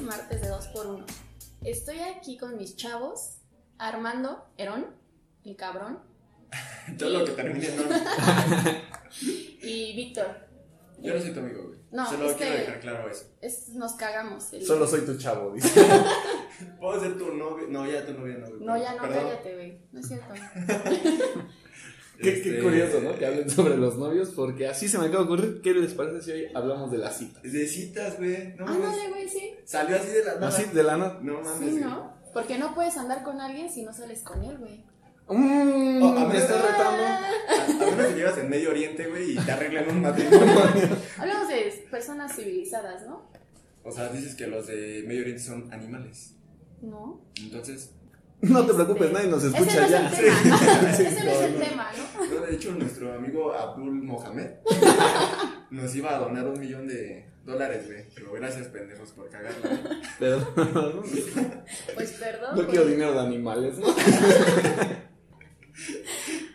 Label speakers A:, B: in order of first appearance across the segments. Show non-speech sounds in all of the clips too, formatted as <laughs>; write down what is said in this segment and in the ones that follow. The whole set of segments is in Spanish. A: martes de 2x1. Estoy aquí con mis chavos, Armando Herón, el cabrón,
B: Todo lo que termine en orden.
A: y Víctor.
B: Yo no soy tu amigo, güey.
A: No,
B: Solo
A: es
B: quiero
A: que-
B: dejar claro eso.
A: Es- Nos cagamos. el-
C: Solo soy tu chavo, dice.
B: <laughs> Puedo ser tu novio. No, ya tu novia no, güey.
A: No, ya no,
B: Perdón.
A: cállate, güey. No es cierto. Ah,
C: qué, qué
B: Este,
C: curioso, ¿no? Que hablen sobre los novios, porque así se me acaba de ocurrir. ¿Qué les parece si hoy hablamos de la cita?
B: De citas, güey. No,
A: Ah,
B: mames.
A: no, güey, sí.
B: Salió así de la nada.
C: Así de la nada.
B: No mames.
A: Sí,
B: güey.
A: ¿no? Porque no puedes andar con alguien si no sales con él, güey.
C: Mm,
B: Oh, a
C: me
B: ver,
C: estás retando.
A: Ah,
B: A, a menos que llevas en Medio Oriente, güey, y te arreglan un matrimonio.
A: Hablamos de personas civilizadas, ¿no?
B: o sea, dices que los de Medio Oriente son animales.
A: No.
B: Entonces,
C: No te preocupes,
A: Este,
C: nadie nos
A: Ese
C: escucha
A: no es
C: ya.
A: el tema, ¿no?
C: <laughs> Sí,
A: Ese no es el
C: no, no.
A: tema, ¿no?
B: no, de hecho, nuestro amigo Abdul Mohamed <laughs> nos iba a donar un millón de dólares, güey. Pero gracias, pendejos, por cagarla. güey.
C: Perdón.
A: Pues perdón.
C: <laughs> No
A: güey.
C: quiero dinero de animales, ¿no?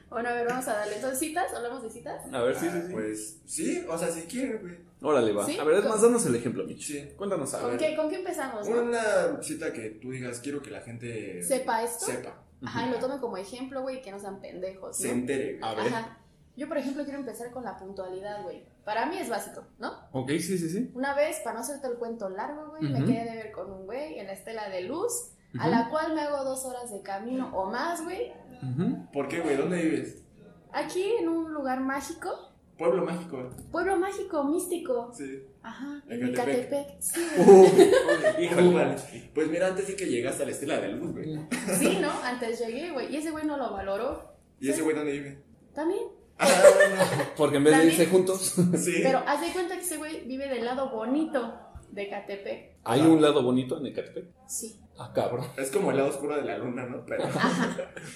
A: Bueno, a ver, vamos a darle. Entonces, citas, hablamos de citas.
C: A ver, sí, sí,
B: Ah,
C: sí.
B: Pues sí, o sea, si quieren, güey.
C: Órale, va.
A: ¿Sí?
C: A ver, es más,
A: Con-
C: danos el ejemplo, Micho.
B: Sí.
C: Cuéntanos algo.
A: ¿Con
B: ver.
A: qué, ¿Con qué empezamos? no?
B: Una cita que tú digas, quiero que la gente
A: ¿Sepa esto?
B: sepa,
A: Ajá, y lo tomen como ejemplo, güey, y que no sean pendejos,
B: se
A: ¿no?
B: entere. güey.
C: A ver.
A: Ajá. Yo, por ejemplo, quiero empezar con la puntualidad, güey. Para mí es básico, ¿no?
C: Ok, sí, sí, sí.
A: Una vez, para no hacerte el cuento largo, güey, me
C: Ujú.
A: quedé de ver con un güey en la estela de luz, a la cual me hago dos horas de camino o más, güey.
C: Ujú, ujú.
B: ¿Por qué, güey? ¿Dónde vives?
A: Aquí, en un lugar mágico,
B: Pueblo mágico. ¿eh? güey.
A: pueblo mágico, místico.
B: <laughs> Sí.
A: Ajá, en
B: Ecatepec.
A: Ecatepec. Sí,
C: <laughs>
B: Híjole, vale. Pues mira, antes sí que llegaste a la estela de luz, güey.
A: sí, ¿no? Antes llegué, güey, y ese güey no lo valoró.
B: ¿Y ese güey
A: <laughs>
B: dónde vive?
A: También.
B: Ah,
C: Porque en vez de
A: También-
C: irse juntos, <laughs>
B: no. Sí.
A: Pero haz de cuenta que ese güey vive del lado bonito de Ecatepec.
C: hay un lado bonito en Ecatepec.
A: Sí.
C: Ah, cabrón.
B: Es como el lado oscuro de la luna, ¿no? Pero.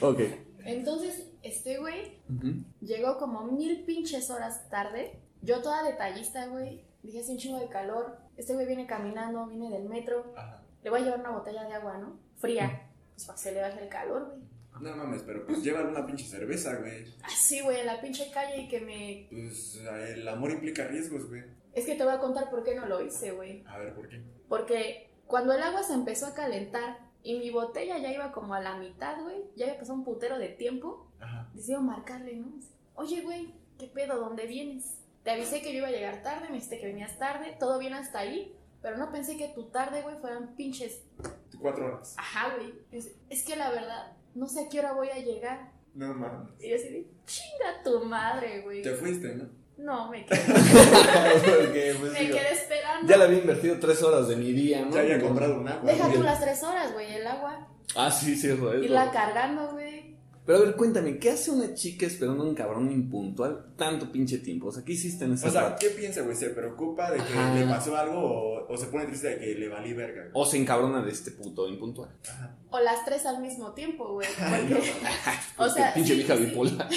C: Ok.
A: Entonces, este güey
C: Ujú.
A: llegó como mil pinches horas tarde. Yo toda detallista, güey. Dije, es un chingo de calor. Este güey viene caminando, viene del metro.
B: Ajá.
A: Le voy a llevar una botella de agua, ¿no? Fría. Pues para que se le baje el calor, güey.
B: No mames, pero pues llevan una pinche cerveza, güey.
A: Así, güey, en la pinche calle y que me...
B: Pues el amor implica riesgos, güey.
A: Es que te voy a contar por qué no lo hice, güey.
B: A ver, ¿por qué?
A: Porque cuando el agua se empezó a calentar y mi botella ya iba como a la mitad, güey, ya había pasado un putero de tiempo,
B: Ajá.
A: decido marcarle, ¿no? Oye, güey, ¿qué pedo? ¿Dónde vienes? Te avisé que yo iba a llegar tarde, me dijiste que venías tarde, todo bien hasta ahí, pero no pensé que tu tarde, güey, fueran pinches.
B: Cuatro horas.
A: Ajá, güey. Y dice, Es que la verdad, no sé a qué hora voy a llegar.
B: No mames.
A: Y yo así de, chinga tu madre, güey.
B: Te fuiste, ¿no?
A: No,
C: <laughs>
A: me quedé,
C: Porque, pues,
A: me
C: digo,
A: quedé esperando.
C: ya le había invertido tres horas de mi día, ¿no?
B: Ya había comprado pues, un agua.
A: Deja tú
B: güey.
A: las tres horas, güey, el agua.
C: Ah, sí, sí, eso es.
A: Irla
C: lo-
A: cargando, güey.
C: Pero a ver, cuéntame, ¿qué hace una chica esperando a un cabrón impuntual tanto pinche tiempo? O sea, ¿qué hiciste en ese
B: O sea,
C: rato?
B: ¿qué piensa, güey? ¿Se preocupa de que
C: Ajá.
B: le pasó algo o, o se pone triste de que le valí verga? güey?
C: O se encabrona de este puto impuntual.
A: O las tres al mismo tiempo, güey. <laughs> porque- o
C: Este
A: sea,
C: pinche
A: sí,
C: vieja
A: sí.
C: bipolar.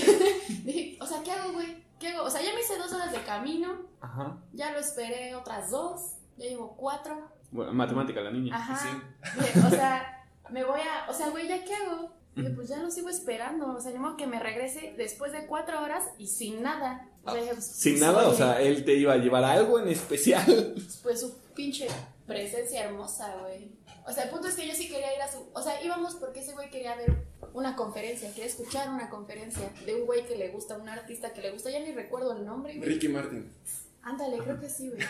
A: dije, o sea, ¿qué hago, güey? ¿Qué hago? O sea, ya me hice dos horas de camino,
C: <laughs> Ajá.
A: ya lo esperé otras dos, ya llevo cuatro.
C: Bueno, matemática la niña.
A: Ajá.
B: Sí.
A: Dije, o sea, me voy a. O sea, güey, ¿ya qué hago? Dije, pues ya lo sigo esperando. O sea, ni modo que me regrese después de cuatro horas y sin nada. O sea, dije, pues,
C: Ah, Sin
A: pues,
C: nada, o
A: oye,
C: sea, él te iba a llevar a algo en especial. <laughs>
A: Pues su pinche presencia hermosa, güey. O sea, el punto es que yo sí quería ir a su. O sea, íbamos porque ese güey quería ver una conferencia, quería escuchar una conferencia de un güey que le gusta, un artista que le gusta. Ya ni recuerdo el nombre, güey.
B: Ricky Martin.
A: Ándale, creo que sí, güey.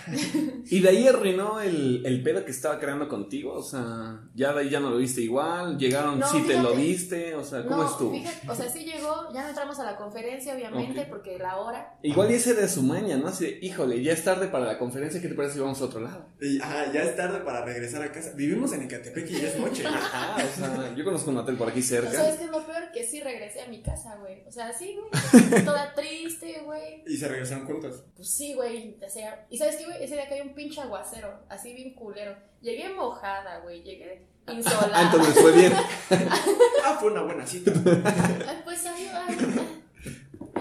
C: Y de ahí arruinó el, el pedo que estaba creando contigo, o sea, ya de ahí ya no lo viste igual, llegaron,
A: No,
C: sí te lo
A: fíjate.
C: diste, o sea, ¿cómo
A: no,
C: estuvo?
A: fíjate, o sea, sí llegó, ya no entramos a la conferencia, obviamente,
C: Ok.
A: porque la hora.
C: Igual y ese de su maña, ¿no? Así de, híjole, ya es tarde para la conferencia, ¿qué te parece si vamos a otro lado?
B: Y, ajá, ya es tarde para regresar a casa. Vivimos en Ecatepec y ya es noche. güey.
C: Ajá, Ah, o sea, yo conozco un hotel por aquí
A: O sea, es
C: cerca.
A: que es lo peor que sí regresé a mi casa, güey. O sea, sí, güey. <laughs> Toda triste, güey.
B: Y se regresaron juntos.
A: Pues sí, güey. o sea, y sabes qué, güey, ese día cayó un pinche aguacero, así bien culero. Llegué mojada, güey. Llegué insolada.
C: Ah, entonces fue bien.
B: Ah, fue una buena cita.
A: Ay, pues ahí va.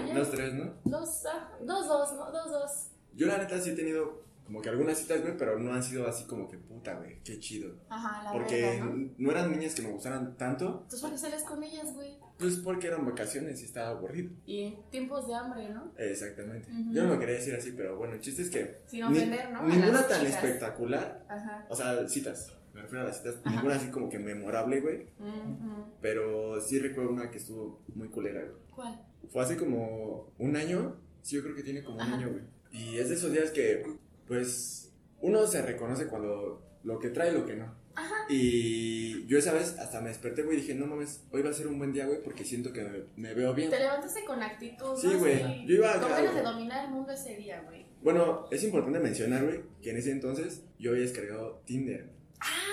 A: Ya,
B: Los tres, ¿no?
A: Dos, ah, dos, dos, ¿no? Dos, dos.
B: Yo la neta sí he tenido como que algunas citas, güey, pero no han sido así como que puta, güey. Qué chido.
A: Ajá, la
B: Porque
A: verga, ¿no?
B: no eran niñas que me gustaran tanto,
A: Entonces, ¿por qué sales con ellas, güey?
B: pues porque eran vacaciones y estaba aburrido.
A: Y en tiempos de hambre, ¿no?
B: Exactamente.
A: Ujú.
B: Yo no lo quería decir así, pero bueno, el chiste es que
A: Sin
B: ni-
A: ofender, ¿no? A
B: ninguna
A: las
B: tan
A: chicas.
B: espectacular
A: Ajá.
B: O sea, citas. Me refiero a las citas, ninguna así como que memorable, güey.
A: Ujú.
B: Pero sí recuerdo una que estuvo muy culera, güey.
A: ¿Cuál?
B: Fue hace como un año. Sí, yo creo que tiene como un
A: Ajá.
B: año, güey. Y es de esos días que, pues, uno se reconoce cuando lo que trae y lo que no.
A: Ajá.
B: Y yo esa vez hasta me desperté, güey, y dije, no mames, hoy va a ser un buen día, güey, porque siento que me, me veo bien.
A: Te levantaste con actitud,
B: Sí,
A: ¿no?
B: güey.
A: Así,
B: Yo iba a-
A: Con ganas de dominar el mundo ese día, güey.
B: Bueno, es importante mencionar, güey, que en ese entonces yo había descargado Tinder.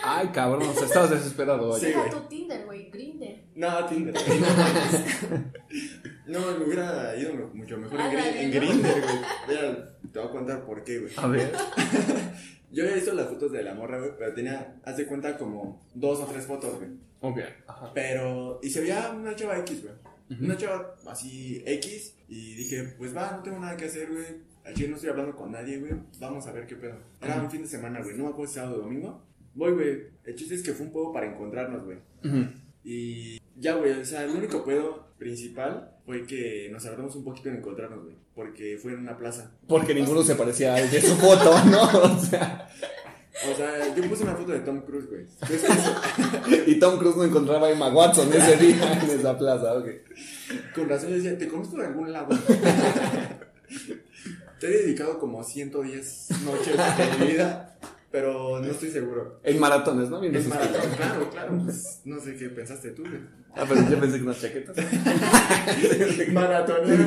C: Ay, cabrón, o sea, estabas desesperado.
B: Sí,
C: oye.
A: Deja
B: güey.
A: tu Tinder, güey, Grinder.
B: No, Tinder.
C: <laughs>
B: güey, no mames. <laughs> no, me hubiera ido me- mucho mejor en, Gri-
A: Ándale,
B: en
A: ¿no?
B: Grindr, güey. Mira, te voy a contar por qué, güey.
C: A ver.
B: Yo había visto las fotos de la morra, güey, pero tenía, haz de cuenta, como dos o tres fotos, güey.
C: Ok. Ajá.
B: Pero, y se veía una chava X, güey.
C: Ujú.
B: Una chava así X. Y dije, pues va, no tengo nada que hacer, güey. Al chile no estoy hablando con nadie, güey. Vamos a ver qué pedo. Era un fin de semana, güey. No me acuerdo si sábado o domingo. Voy, güey. El chiste es que fue un poco para encontrarnos, güey.
C: Ujú.
B: Y ya, güey. O sea, el único pedo principal fue que nos tardamos un poquito en encontrarnos, güey. Porque fue en una plaza.
C: Porque ninguno se parecía al de su foto, ¿no? <laughs> O sea,
B: O sea, yo puse una foto de Tom Cruise, güey. ¿Crees que eso?
C: y Tom Cruise no encontraba a Emma Watson ese día en esa plaza, ok.
B: Con razón yo decía, te conozco de algún lado. te he dedicado como 110 noches de mi vida, pero no estoy seguro.
C: En maratones, ¿no? Viendo
B: Es
C: sus
B: maratón,
C: fotos.
B: claro, claro. pues, no sé qué pensaste tú, güey.
C: Ah, pero yo pensé que unas <laughs> chaquetas.
B: Maratonero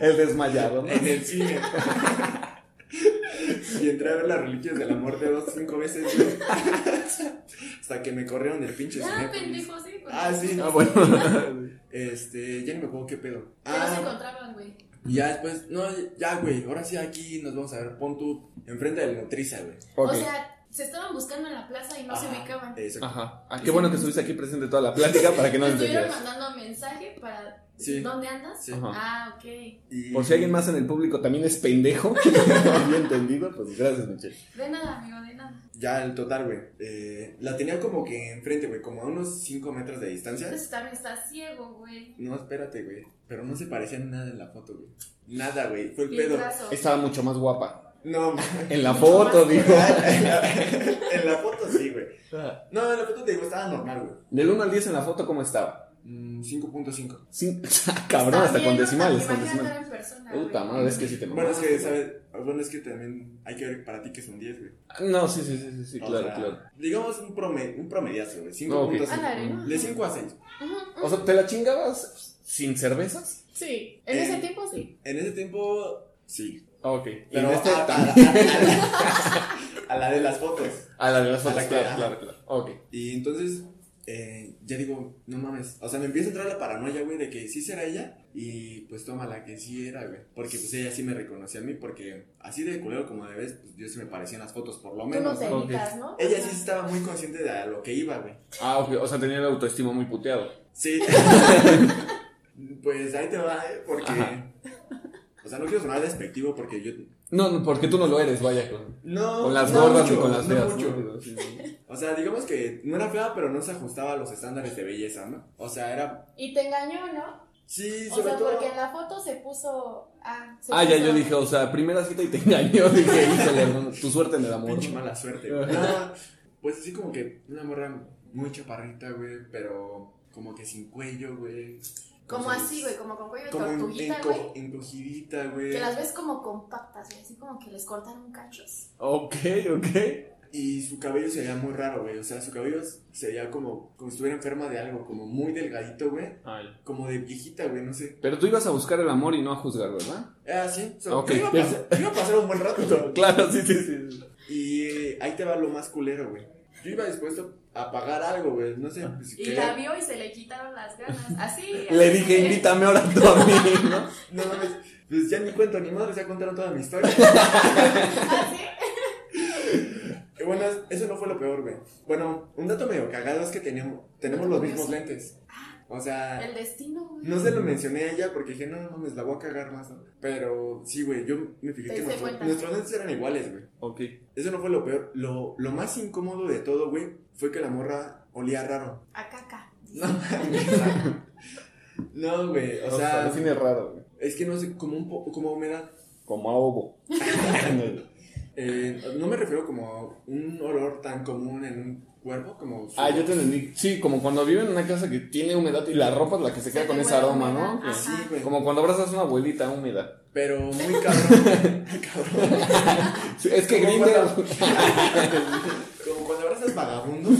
C: El desmayado, ¿no?
B: en el cine. <laughs> Y entré a ver las reliquias de la muerte dos, cinco veces, güey. Hasta que me corrieron del pinche pues,
A: Ya,
B: Cinépolis.
A: pendejo, sí. güey.
B: Ah, sí.
C: Ah, bueno.
B: Este, ya ni me acuerdo qué pedo.
A: Pero se
B: Ah,
A: encontraban, güey.
B: Y ya después, no, ya, güey, ahora sí aquí nos vamos a ver, pon tú enfrente de la nutriza, güey.
C: <laughs> Ok.
A: O sea, se estaban buscando en la plaza y no se
B: Ajá, Eh,
A: ubicaban.
B: Exacto.
C: Ajá. Ah, qué bueno que estuviste aquí presente toda la plática para que no
A: Te estuvieron
C: entendieras.
A: mandando mensaje para
B: Sí.
A: dónde andas.
B: Sí.
C: Ajá.
A: Ah, ok.
B: Y-
C: Por si alguien más en el público también es <laughs> pendejo, no había entendido, pues gracias, Michelle.
A: De nada, amigo, de nada.
B: Ya, el total, güey. eh, la tenía como que enfrente, güey, como a unos 5 metros de distancia.
A: Entonces también estás ciego, güey.
B: No, espérate, güey. Pero no se parecía nada en la foto, güey. Nada, güey. Fue el
A: Y el
B: pedo.
A: brazo.
C: Estaba mucho más guapa.
B: No,
C: En la foto, <laughs> dijo.
B: en la, en la foto sí, güey. No, en la foto te digo, estaba normal, güey.
C: Del 1 al 10 en la foto, ¿cómo estaba?
B: Mm, 5.5.
C: <laughs> Sin- Cabrón, hasta
A: También,
C: con
A: ¿no?
C: decimales, con
A: Imagínate
C: decimales.
A: en persona, güey.
C: Puta madre, es que sí te
B: Bueno, es
C: mamaste,
B: que,
C: güey.
B: ¿sabes? Bueno, es que también hay que ver para ti que es un 10, güey.
C: Ah, No, sí, sí, sí, sí, sí,
B: O
C: claro,
B: sea,
C: claro.
B: Digamos un, prome- un promediazo, güey. 5.5.
C: Ok.
A: Ándale, ¿no?
B: De 5 a 6.
A: Ujú,
C: O sea, ¿te la chingabas sin cervezas?
A: Sí, en
B: Eh,
A: ese tiempo sí.
B: En ese tiempo, sí.
C: Ok.
B: Ah, Pero
C: en este,
B: a, a-
C: ta-
B: a- a la de las fotos.
C: a la de las
B: a la
C: fotos,
B: que-
C: claro,
B: ajá.
C: claro, claro. Ok.
B: Y entonces, eh, ya digo, no mames. O sea, me empieza a entrar la paranoia, güey, de que sí será ella. Y pues toma la que sí era, güey. Porque pues ella sí me reconocía a mí. Porque así de culero como de vez, pues yo sí me parecía en las fotos, por lo
A: Tú no
B: menos.
A: te
B: ¿no?
C: ok.
A: evitas, ¿no?
B: Ella
A: Ajá.
B: sí estaba muy consciente de a lo que iba, güey.
C: Ah, ok. O sea, tenía el autoestima muy puteado.
A: <laughs>
B: Sí. pues ahí te va, ¿eh? Porque.
C: Ajá.
B: O sea, no quiero sonar despectivo porque yo.
C: No, no, porque tú no lo eres, vaya. Con,
B: No.
C: con las
B: no
C: gordas y
B: mucho,
C: con las
B: no
C: feas.
B: mucho.
C: ¿no? Sí, sí.
B: O sea, digamos que no era fea, pero no se ajustaba a los estándares de belleza, ¿no? O sea, era.
A: Y te engañó, ¿no?
B: Sí,
A: O
B: sobre
A: sea,
B: todo.
A: porque en la foto se puso. Ah, se
C: Ah, ya
A: puso-
C: yo dije, o sea, primera cita y te engañó. <laughs> Dije, híjole, hermano, tu suerte en el amor.
B: Pinche mala suerte, güey. No, pues así como que una morra muy chaparrita, güey, pero como que sin cuello, güey.
A: Como
B: Con sus-
A: así, güey, como con cuello de
B: Como en-
A: tortuguita,
B: enco-
A: güey.
B: encogidita, güey.
A: Que las ves como compactas, güey, así como que les cortaron cachos.
C: Ok, ok.
B: Y su cabello se veía muy raro, güey. O sea, su cabello se veía como, como si estuviera enferma de algo, como muy delgadito, güey.
C: Ay.
B: Como de viejita, güey, no sé.
C: Pero tú ibas a buscar el amor y no a juzgar, ¿verdad?
B: Ah, sí. o sea,
C: Ok.
B: yo iba, a pasar,
C: <laughs>
B: yo iba a pasar un buen rato, güey.
C: Claro, sí, sí, sí.
B: Y eh, ahí te va lo más culero, güey. Yo iba dispuesto a pagar algo, güey. No
C: Ah.
B: sé. pues, si
A: Y
B: quería-
A: la vio y se le quitaron las ganas. Así.
C: <laughs> Le
A: así,
C: dije,
A: ¿eh?
C: invítame ahora tú a mí, ¿no?
B: No mames. Pues ya ni cuento ni madre, ya contaron toda mi historia.
A: <laughs> <laughs> Así.
B: Y bueno, eso no fue lo peor, güey. Bueno, un dato medio cagado es que teníamos, tenemos los mismos lentes. O sea.
A: Ah. El destino, güey.
B: No se lo mencioné a ella porque dije, no, no mames, la voy a cagar más. ¿no? Pero sí, güey, yo me
A: Te
B: fijé que
A: diste
B: nuestro-
A: cuenta.
B: nuestros lentes eran iguales, güey.
C: Ok.
B: Eso no fue lo peor. Lo, lo más incómodo de todo, güey, fue que la morra olía raro. <laughs>
A: A caca. <laughs>
B: No, mames. no, güey, o sea,
C: el cine es raro, güey.
B: es que no sé, como un po- como humedad.
C: Como a ovo.
B: eh, no me refiero como a un olor tan común en un cuerpo como... su-
C: <laughs> Ah, yo te entendí. Sí, como cuando viven en una casa que tiene humedad y la ropa es la que se queda
A: Se
C: con
A: te
C: ese
A: huele
C: aroma,
A: humedad,
C: ¿no? Que-
A: ajá.
B: Sí, güey.
C: Como cuando abrazas a una abuelita húmeda.
B: Pero muy
C: <laughs>
B: cabrón. muy cabrón.
C: Sí, es que
B: Como
C: Grindr.
B: cuando- Como cuando abrazas vagabundo.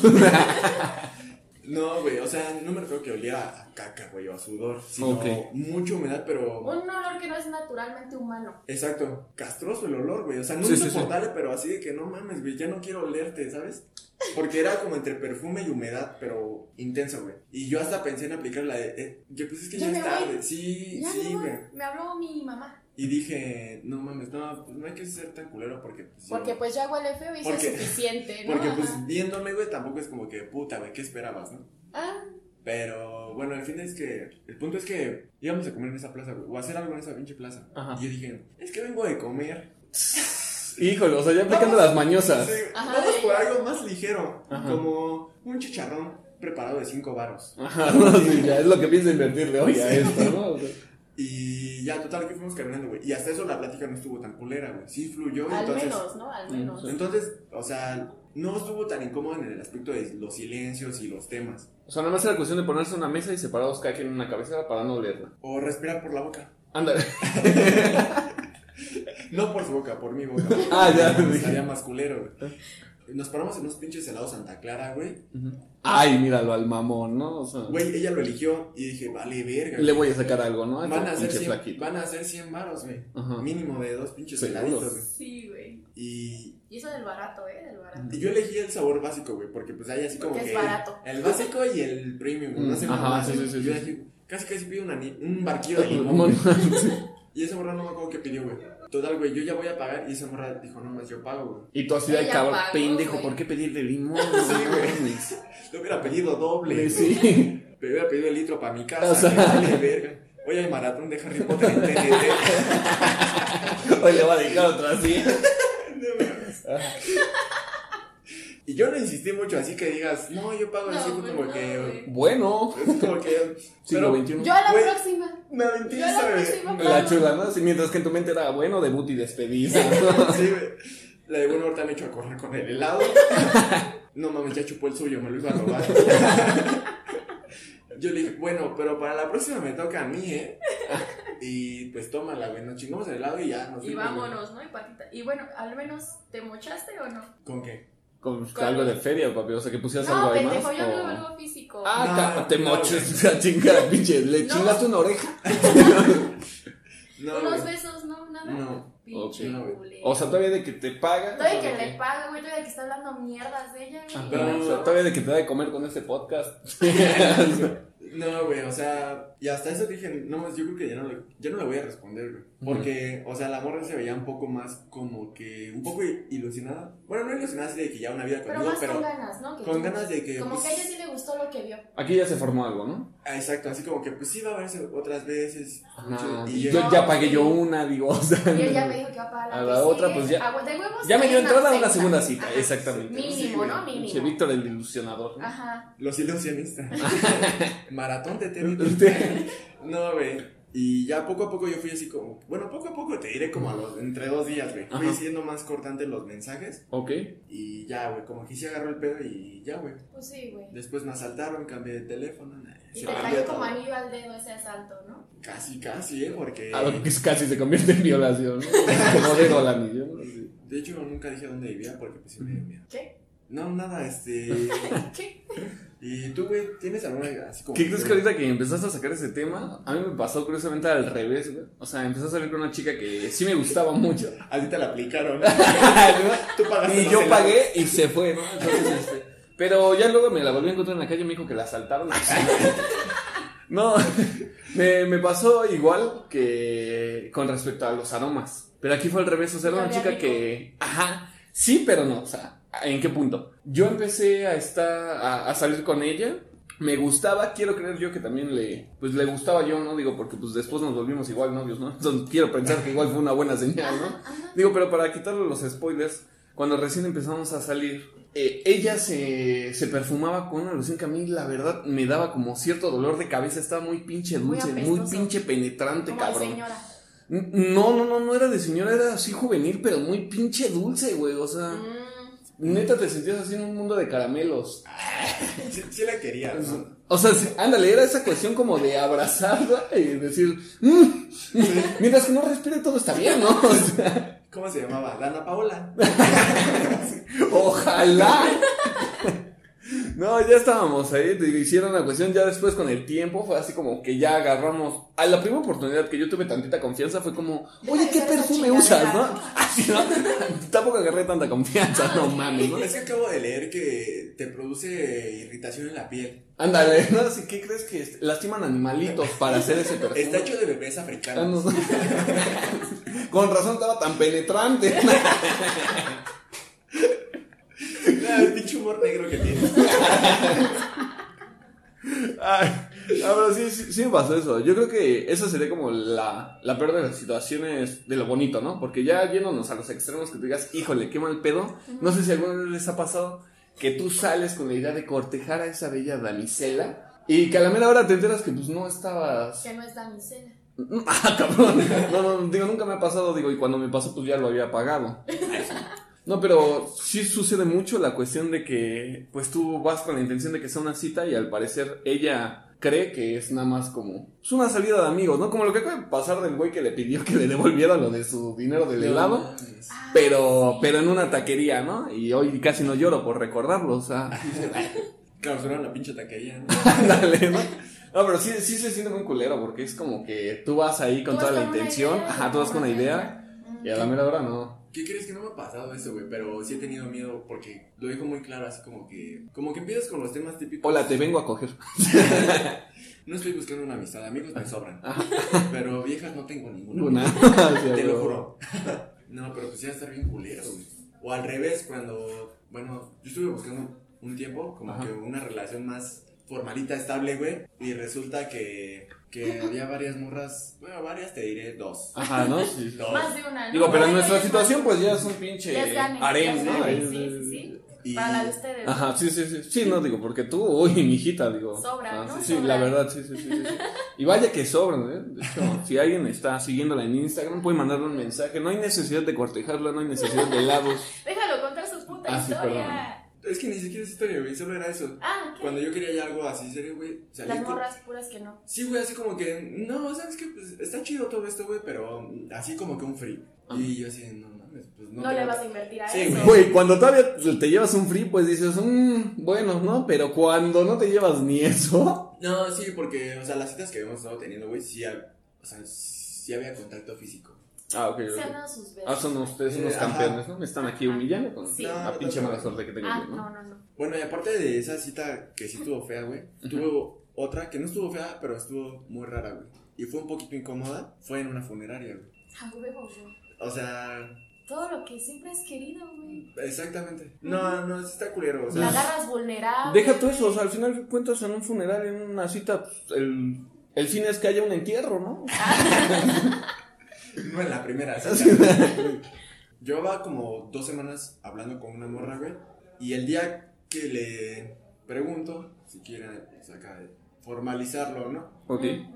B: No, güey, o sea, no me refiero que olía a caca, güey, o a sudor, sino
C: Ok.
B: mucha humedad, pero...
A: Un olor que no es naturalmente humano.
B: Exacto, castroso el olor, güey. O sea, no
C: Sí, sí, sí.
B: insoportable, pero así de que no mames, güey, ya no quiero olerte, ¿sabes? Porque era como entre perfume y humedad, pero intenso, güey. Y yo hasta pensé en aplicar la de. eh, yo pues es que
A: Ya
B: ya,
A: me
B: es
A: voy.
B: tarde. Sí,
A: Ya
B: sí,
A: no,
B: güey.
A: me habló mi mamá.
B: Y dije, no mames, no, pues no hay que ser tan culero porque. Pues, yo-
A: Porque pues ya huele feo y eso
B: Porque-
A: es suficiente, ¿no?
B: porque, pues
A: Ajá.
B: viéndome, güey, tampoco es como que puta, güey, ¿qué esperabas, no?
A: Ah,
B: Pero bueno, el fin es que. El punto es que íbamos a comer en esa plaza, güey, o a hacer algo en esa pinche plaza.
C: Ajá.
B: Y yo dije, es que vengo de comer.
C: Híjole, o sea, ya aplicando las mañosas.
B: Sí,
A: Ajá,
B: vamos
A: de-
B: por algo más ligero,
C: Ajá.
B: como un chicharrón preparado de cinco varos.
C: Ajá, no, sí, ya es lo que pienso invertirle hoy a esto, ¿no? O sea,
B: Y ya, total, que fuimos caminando, güey. Y hasta eso la plática no estuvo tan culera, güey. Sí fluyó,
A: al
B: entonces...
A: menos, ¿no? Al menos.
B: Entonces, o sea, no estuvo tan incómodo en el aspecto de los silencios y los temas.
C: <laughs> o sea, nada más era cuestión de ponerse una mesa y separados cada quien en una cabecera para no olerla.
B: O respirar por la boca.
C: Ándale.
B: No por su boca, por mi boca.
C: <laughs> Ah, ya.
B: Estaría más culero, güey. Nos paramos en unos pinches helados Santa Clara, güey.
C: Ay, míralo al mamón, ¿no? O sea,
B: Güey, ella lo eligió y dije, vale, verga.
C: le voy a sacar algo, ¿no? Este
B: Van a hacer
C: pinche
B: 100,
C: flaquito.
B: van a hacer 100 varos, güey.
C: Ajá.
B: Mínimo de dos pinches
C: Seguro.
B: heladitos, güey.
A: Sí, güey.
B: Y,
A: Y eso del barato, ¿eh? Del barato.
B: y yo elegí el sabor básico, güey, porque pues hay así como
A: Porque
B: que
A: es barato.
B: El, básico y el premium, güey,
C: Mm,
B: no sé
C: ajá,
B: mamás,
C: sí,
B: güey.
C: sí, sí,
B: Yo
C: sí.
B: dije, casi casi pido una ni- un barquillo
C: <laughs>
B: de limón. <laughs>
C: Mamón.
B: güey. Y esa morra no me acuerdo qué pidió, güey. Total, güey, yo ya voy a pagar y esa morra dijo, no más, yo pago, güey.
C: Y tú así de
A: Ella
C: cabrón,
A: pagó,
C: pendejo,
A: güey.
C: ¿por qué pedirle limón? Sí,
B: Yo hubiera pedido doble. güey.
C: <laughs> Sí.
B: Me hubiera pedido el litro para mi casa.
C: O sea.
B: que vale verga. Hoy hay maratón de Harry Potter en
C: <laughs>
B: TNT.
C: Hoy le va a dejar otra así.
B: No mames. y yo no insistí mucho, así que digas, no, yo pago, así
A: No,
B: fue
A: güey,
B: como
A: no,
B: que...
A: güey.
C: Bueno,
B: Es como que.
C: siglo
B: pero
C: XXI.
A: Yo a la
B: Güey.
A: próxima.
B: me mentí,
A: Yo la
B: ¿sabes?
A: próxima
B: Me-
A: pago.
C: La chula, ¿no? Sí, mientras que en tu mente era bueno, debut y despedida.
A: <laughs>
B: <laughs> Sí, güey. La de bueno, ahorita me echó a correr con el helado. No mames, ya chupó el suyo, me lo iba a robar. Yo le dije, bueno, pero para la próxima me toca a mí, ¿eh? Y pues tómala, güey, nos chingamos el helado y ya nos
A: Y
B: fuimos, güey.
A: vámonos, ¿no? Y patita. Y bueno, al menos, ¿te mochaste o no?
B: ¿Con qué?
C: Con algo de feria, papi. O sea, que pusieras
A: No,
C: algo ahí
A: pendejo,
C: más.
A: yo
C: o-
A: no algo físico.
C: Ah,
B: No,
C: ca- te
B: no,
C: moches, la <laughs> chinga, pinche. Le
A: No.
C: chingaste una oreja.
B: No,
A: Unos
B: güey.
A: besos, ¿no? Nada.
B: No.
A: Pinche
C: Ok,
B: no, güey.
A: culero.
C: O sea, todavía de que te paga.
A: Todavía que
C: o sea,
A: le pague, güey, todavía que está hablando mierdas de ella, güey.
C: Ajá,
B: Pero-
C: o sea, todavía de que te da de comer con este podcast. Ajá.
B: No, güey, o sea, y hasta eso dije, no mames, yo creo que ya no le, ya no le voy a responder, güey. Porque, o sea, la morra se veía un poco más como que, un poco i- ilusionada. Bueno, no ilusionada así de que ya una vida
A: Pero
B: conmigo,
A: más
B: pero.
A: con ganas, ¿no? Que
B: con
A: tú-
B: ganas de que,
A: Como
B: pues-
A: que a ella sí le gustó lo que
C: <laughs>
A: vio.
C: Aquí ya se formó algo, ¿no?
B: Ah, Exacto, así como que, pues sí, va a verse otras veces. mucho, y
C: yo
B: yo-
A: No,
C: ya pagué
A: sí.
C: yo una, digo, o sea.
A: Y ella me dijo que va a pagar la
C: A
A: que
C: la otra,
A: sigue.
C: pues ya-
A: Ah, güey, de huevos,
C: Ya me dio
A: hay una
C: entrada a una segunda cita,
A: Ajá.
C: exactamente.
B: Sí,
A: Mínimo,
B: güey.
A: ¿no?
C: Pinche
A: Mínimo. Ah.
C: Víctor el ilusionador. ¿no?
A: Ajá.
B: Los ilusionistas. Maratón de tenis.
C: Usted-
B: <laughs> No, güey. Y ya poco a poco yo fui así como, bueno, poco a poco te diré como a los, entre dos días, güey. Fui
C: Ajá.
B: siendo más cortante los mensajes
C: Ok.
B: y ya, güey, como que sí agarró el pedo y ya, güey.
A: Pues sí, güey.
B: Después me asaltaron, cambié de teléfono. nah,
A: Y
B: se
A: te
B: cambió
A: cayó
B: todo.
A: como anillo al dedo ese asalto, ¿no?
B: Casi, casi, ¿eh? Porque...
C: A lo que casi se convierte en violación. ¿no? Como <laughs> de dólar, ¿no? Sí.
B: De hecho, nunca dije dónde vivía porque pues sí me dio miedo.
A: ¿Qué?
B: No, nada, este...
A: <laughs> ¿Qué?
B: ¿Y tú, güey, tienes alguna así como...
C: ¿Qué crees que ahorita que empezaste a sacar ese tema? A mí me pasó curiosamente al revés, güey. O sea, empecé a salir con una chica que sí me gustaba mucho.
B: A ti te la
C: <laughs>
B: aplicaron.
C: ¿No?
B: Tú pagaste
C: Y
B: los
C: yo
B: helados.
C: pagué y se fue, ¿no? Entonces, este, Pero ya luego me la volví a encontrar en la calle y me dijo que la asaltaron. <laughs> No, <laughs> me, me pasó igual que con respecto a los aromas. Pero aquí fue al revés, o sea, era una
A: Sabía
C: chica
A: rico.
C: que... Ajá, sí, pero no, o sea, ¿en qué punto? Yo empecé a, estar, a, a salir con ella, me gustaba, quiero creer yo que también le... Pues le gustaba yo, ¿no? Digo, porque pues después nos volvimos igual novios, ¿no? Entonces quiero pensar que igual fue una buena señal, ¿no? Digo, pero para quitarle los spoilers, cuando recién empezamos a salir, eh, ella se, se perfumaba con una loción que a mí, la verdad, me daba como cierto dolor de cabeza. Estaba muy pinche
A: Muy
C: dulce, muy,
A: apestoso.
C: pinche penetrante,
A: Como de
C: cabrón.
A: señora.
C: N- No, no, no, no era de señora, era así juvenil, pero muy pinche dulce, güey. O sea,
A: Mm,
C: neta te sentías así en un mundo de caramelos.
B: Sí, sí la quería, ¿no?
C: O sea, sí, ándale, era esa cuestión como de abrazarla y decir, "Mm, <laughs> mientras que no respire todo está bien, ¿no? <laughs> O sea,
B: ¿Cómo se llamaba? Dana
C: <laughs>
B: Paola.
C: Ojalá. No, ya estábamos ahí, te digo, hicieron la cuestión, ya después con el tiempo fue así como que ya agarramos, a la primera oportunidad que yo tuve tantita confianza fue como, oye,
A: de
C: ¿qué
A: usar esa
C: perfume
A: chingadera,
C: usas, no?
A: ¿no?
C: <laughs> Así, ¿no? Tampoco agarré tanta confianza, no mames, ¿no?
B: Es que acabo de leer que te produce irritación en la piel.
C: Ándale, ¿no? Así, ¿qué crees que es? lastiman animalitos para hacer ese perfume?
B: Está hecho de bebés
C: Ah, no.
B: africanos.
C: <laughs> Con razón estaba tan penetrante. <laughs>
B: <laughs> Ah, el pinche humor negro que tiene.
C: Ay, no, pero sí, sí, sí me pasó eso. Yo creo que esa sería como la, la peor de las situaciones de lo bonito, ¿no? Porque ya yéndonos a los extremos que tú digas, híjole, qué mal pedo. No sé si alguna vez les ha pasado que tú sales con la idea de cortejar a esa bella damisela y que a la mera hora te enteras que pues no estabas...
A: que no es damisela.
C: Ah, cabrón. No, no, digo, nunca me ha pasado, digo, y cuando me pasó pues ya lo había pagado. No, pero sí sucede mucho la cuestión de que pues tú vas con la intención de que sea una cita y al parecer ella cree que es nada más como es una salida de amigos, ¿no? Como lo que acaba de pasar del güey que le pidió que le devolviera lo de su dinero del helado,
A: Ah,
C: pero
A: sí.
C: pero en una taquería, ¿no? Y hoy casi no lloro por recordarlo, o sea, <laughs>
B: Clausuraron la pinche taquería, ¿no?
C: Ándale, ¿no? No, pero sí, sí se siente muy culero porque es como que tú vas ahí con
A: Tú
C: toda
A: vas
C: la
A: con una
C: intención,
A: idea,
C: ajá, tú vas con la idea y a la mera hora no.
B: ¿Qué crees que no me ha pasado eso, güey? Pero sí he tenido miedo porque lo dijo muy claro, así como que... Como que empiezas con los temas típicos.
C: Hola, te vengo a <laughs> coger.
B: No estoy buscando una amistad, amigos me sobran.
C: Ajá.
B: Pero viejas no tengo ninguna.
C: Una. Sí,
B: Te lo
C: güey.
B: juro. <laughs> No, pero pues ya estar bien culero, güey. O al revés, cuando, bueno, yo estuve buscando un tiempo como
C: Ajá.
B: que una relación más formalita, estable, güey. Y resulta que, que había varias morras, bueno, varias te diré dos.
C: Ajá, ¿no? Sí.
B: Dos.
A: Más de una, ¿no?
C: Digo, pero en
A: Ay,
C: nuestra
A: ay,
C: situación
A: ay.
C: pues ya es un pinche
A: Ya es gane,
C: harem,
A: ya es
C: ¿no?
A: gane,
C: Es-
A: sí, sí, sí.
B: Y,
A: Para la de ustedes.
C: Ajá, sí, sí, sí. Sí, no, digo, porque tú, uy, mijita, digo.
A: Sobran,
C: Ah,
A: ¿no?
C: Sí, sí,
A: Sobran.
C: la verdad, sí, sí, sí, sí, sí. Y vaya que sobran, ¿eh? De hecho, si alguien está siguiéndola en Instagram, puede mandarle un mensaje. No hay necesidad de cortejarla, no hay necesidad de lados.
A: <laughs> Déjalo contar su puta
C: Ah, sí,
A: historia.
B: es que ni siquiera es historia, güey, solo era eso.
A: ah, ¿qué?
B: Cuando yo quería ya algo así serio, güey, salí
A: Las
B: con-
A: morras puras que no.
B: Sí, güey, así como que, no, sabes que pues, está chido todo esto, güey, pero mm, así como que un free. Y yo así, de, no mames, pues no.
A: Ah. No le
B: tengo-
A: vas a invertir a
B: Sí,
A: eso.
C: Güey, cuando todavía te llevas un free, pues dices, "Mm, bueno, ¿no? Pero cuando no te llevas ni eso.
B: No, sí, porque, o sea, las citas que habíamos estado teniendo, güey, sí, hab- o sea, sí había contacto físico.
C: Ah, ok,
A: Se andan sus
C: Ah,
A: besos.
C: son ustedes
B: Eh,
C: unos
B: ajá.
C: campeones, ¿no? Me están aquí humillando con
A: Ah, Sí.
C: la
B: No,
C: pinche
B: no,
C: mala
B: no.
C: suerte que tengo
A: Ah,
C: yo, ¿no?
A: no, no, no.
B: Bueno, y aparte de esa cita que sí estuvo fea, güey, tuvo otra que no estuvo fea, pero estuvo muy rara, güey. Y fue un poquito incómoda, fue en una funeraria, güey.
A: A huevo, Ah, güey.
B: O sea,
A: Todo lo que siempre has querido, güey.
B: exactamente. No, no, sí está culero, o
A: La
B: sea.
A: agarras vulnerable.
C: Deja tú eso, o sea,
A: güey.
C: al final cuentas en un funeral, en una cita, pues, el, el fin es que haya un entierro, ¿no?
B: No en la primera cita. Llevaba como dos semanas hablando con una morra, güey. Y el día que le pregunto si quiere pues, acá, formalizarlo o no,
C: Ok.
A: Mm,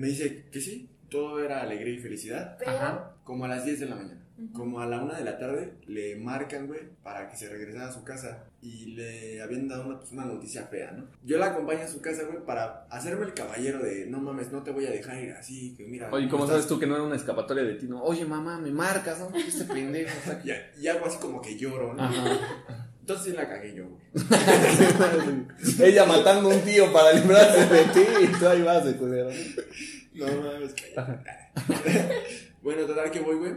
B: me dice que sí, todo era alegría y felicidad.
A: Pero-
C: Ajá.
B: Como a las 10 de la mañana.
A: Ujú.
B: Como a la 1 de la tarde le marcan, güey, para que se regresara a su casa. Y le habían dado una, pues, una noticia fea, ¿no? Yo la acompañé a su casa, güey, para hacerme el caballero de no mames, no te voy a dejar ir así, que mira.
C: Oye, ¿cómo
B: estás
C: sabes tú que no era una escapatoria de ti? No? Oye, mamá, me marcas, ¿no? Este pendejo está aquí.
B: Y, y algo así como que lloro, ¿no?
C: Ajá.
B: Entonces sí la cagué yo, güey.
C: <laughs> Ella matando un tío para librarse de ti y tú ahí vas de culero.
B: No mames, que. <laughs> bueno, total que voy, güey.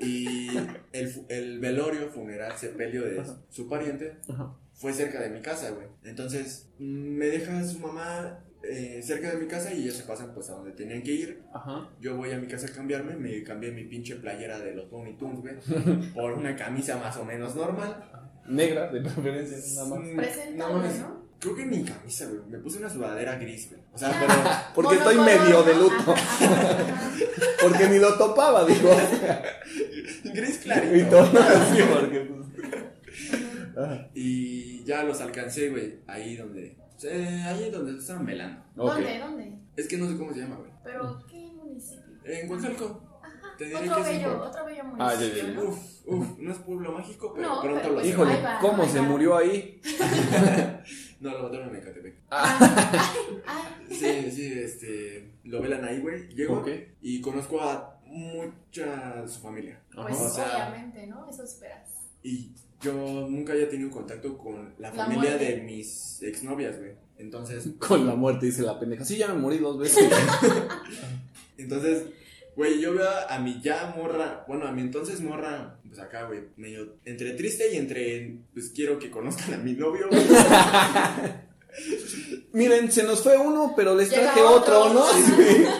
B: Y el, fu- el velorio, funeral, sepelio de
C: Ajá.
B: su pariente
C: Ajá.
B: fue cerca de mi casa, güey. Entonces mm, me deja su mamá eh, cerca de mi casa y ellos se pasan pues a donde tenían que ir.
C: Ajá.
B: Yo voy a mi casa a cambiarme, me cambié mi pinche playera de los Tony Tunes,
C: <laughs>
B: güey, por una camisa más o menos normal.
C: Negra, de preferencia, nada más.
B: Mm,
A: Presentable,
B: mames,
A: ¿no?
B: Creo que ni camisa, güey. Me puse una sudadera gris, güey. O sea, pero.
A: Ah,
C: Porque estoy
A: monocolor,
C: medio de
A: ¿no?
C: luto.
A: Ajá, ajá.
C: Porque ni lo
A: <laughs>
C: topaba, digo.
B: <laughs> gris
C: Y
B: clarito.
C: todo así, porque. pues, ajá.
B: Y ya los alcancé, güey, ahí donde. eh, ahí donde se estaban velando.
C: <laughs> Ok.
A: ¿Dónde? ¿Dónde?
B: Es que no sé cómo se llama, güey.
A: ¿Pero qué municipio?
B: En Huacalco. Te diré que
A: Otro
B: es un
A: bello,
B: pueblo.
A: otro bello
C: Ah, ya,
A: municipio,
C: ya, ya.
A: ¿no?
B: Uf, uf, no es pueblo mágico, pero
A: No,
B: pronto
A: pero
B: lo
A: pues,
B: será.
A: ahí
C: Híjole,
A: va,
C: ¿cómo
A: ahí
C: se
A: va.
C: murió ahí?
B: No, lo mataron en Ecatepec.
A: Ah,
B: <laughs>
A: Ay, ay,
B: Sí, sí, este. Lo velan ahí, güey. Llego
C: Ok.
B: y conozco a mucha de su familia.
A: pues
B: o sea-
A: obviamente, ¿no? Eso esperas.
B: Y yo nunca había tenido contacto con la
A: La
B: familia
A: muerte.
B: de mis exnovias, güey. Entonces,
C: <laughs> Con la muerte, dice la pendeja. Sí, ya me morí dos
A: <laughs>
C: veces.
B: entonces, güey, yo veo a mi ya morra, bueno, a mi entonces morra, pues acá, güey, medio entre triste y entre, pues quiero que conozcan a mi novio,
C: <laughs>
B: güey.
C: Miren, se nos fue uno, pero les
A: Llega
C: traje
A: otro.
C: otro, ¿no?
B: <laughs>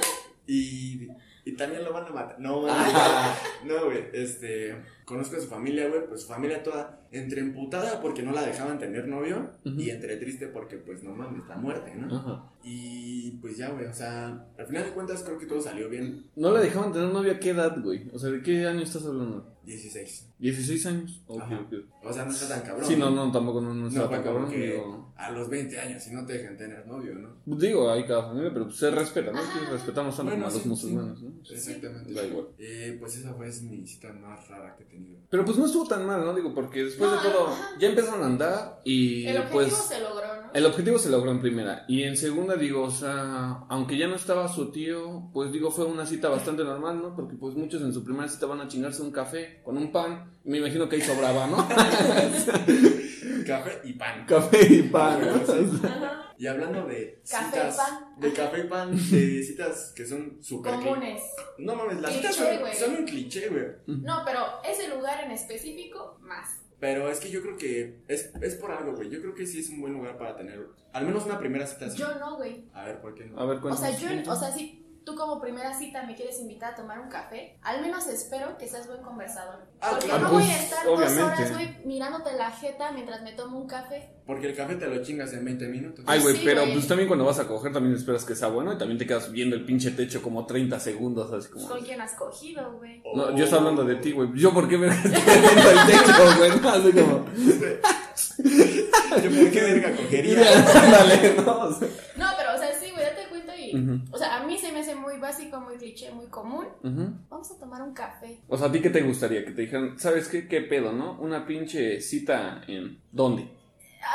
B: Y, y también lo van a matar. No, güey.
C: Ah.
B: no, güey. Este, conozco a su familia, güey. Pues su familia toda entre emputada porque no la dejaban tener novio
C: Ujú. Ah.
B: y entre triste porque, pues, no mames, la muerte, ¿no?
C: Ajá.
B: Y pues ya, güey. O sea, al final de cuentas creo que todo salió bien.
C: No la dejaban tener novia a qué edad, güey. O sea, ¿de qué año estás hablando?
B: 16.
C: 16 años. Ok,
B: Ajá.
C: ok.
B: O sea, no está tan cabrón.
C: Sí, no, no, tampoco no, no
B: No,
C: está
B: fue
C: tan
B: como
C: cabrón.
B: que
C: Digo,
B: a los 20 años si no te dejan tener novio, ¿no?
C: digo, hay cada familia, pero pues, se respeta, ¿no? Que
A: Ah.
C: respetamos tanto
B: Bueno,
C: como a los
B: sí,
C: musulmanes, ¿no?
B: Exactamente.
C: Da igual.
B: Eh, pues esa fue mi cita más rara que he
A: <laughs>
B: tenido.
C: Pero pues no estuvo tan mal, ¿no? Digo, porque después
A: No,
C: de todo,
A: ajá.
C: ya empezaron a andar y
A: El objetivo
C: pues.
A: se logró, ¿no?
C: El objetivo se logró en primera. Y en segunda, digo, o sea, aunque ya no estaba su tío, pues digo, fue una cita bastante normal, ¿no? Porque pues muchos en su primera cita van a chingarse un café con un pan. Me imagino que ahí sobraba, ¿no?
B: Café y pan.
C: <laughs> café y pan, <laughs> ¿no?
A: Ajá.
B: Y hablando de
A: Café,
B: citas,
A: pan.
B: de café y pan, de citas que son súper
A: Comunes.
B: cli- No mames, las
A: Cliché,
B: citas son,
A: güey.
B: son un cliché, güey.
A: No, pero ese lugar en específico, más.
B: Pero es que yo creo que es, es por algo, güey. Yo creo que sí es un buen lugar para tener al menos una primera cita así.
A: Yo no, güey.
B: A ver, ¿por qué no?
C: A ver,
A: O
C: cuéntanos.
A: sea, yo, o sea, si tú como primera cita me quieres invitar a tomar un café, al menos espero que seas buen conversador.
B: Ah,
A: Porque
B: claro.
A: no
C: Ah,
A: voy
C: pues,
A: a estar
C: obviamente.
A: dos horas, güey, mirándote la jeta mientras me tomo un café.
B: Porque el café te lo chingas en 20 minutos.
C: Ay, güey,
A: Sí,
C: pero
A: güey.
C: pues también cuando vas a coger también esperas que sea bueno y también te quedas viendo el pinche techo como 30 segundos, así como...
A: ¿Con quién has cogido, güey?
B: Oh.
C: No, yo estaba hablando de ti, güey. ¿Yo por qué me <laughs> estoy viendo el techo, güey? <laughs> No, así como...
B: <laughs> Yo por qué verga cogería.
C: <laughs> Ándale, no. <laughs> o sea.
A: No, pero, o sea, sí, güey, date cuenta y...
C: Ujú,
A: O sea, a mí se me hace muy básico, muy cliché, muy común.
C: ujú.
A: Vamos a tomar un café.
C: O sea, ¿a ti qué te gustaría? Que te dijeran, ¿sabes qué? ¿Qué pedo, no? Una pinche cita en... ¿Dónde?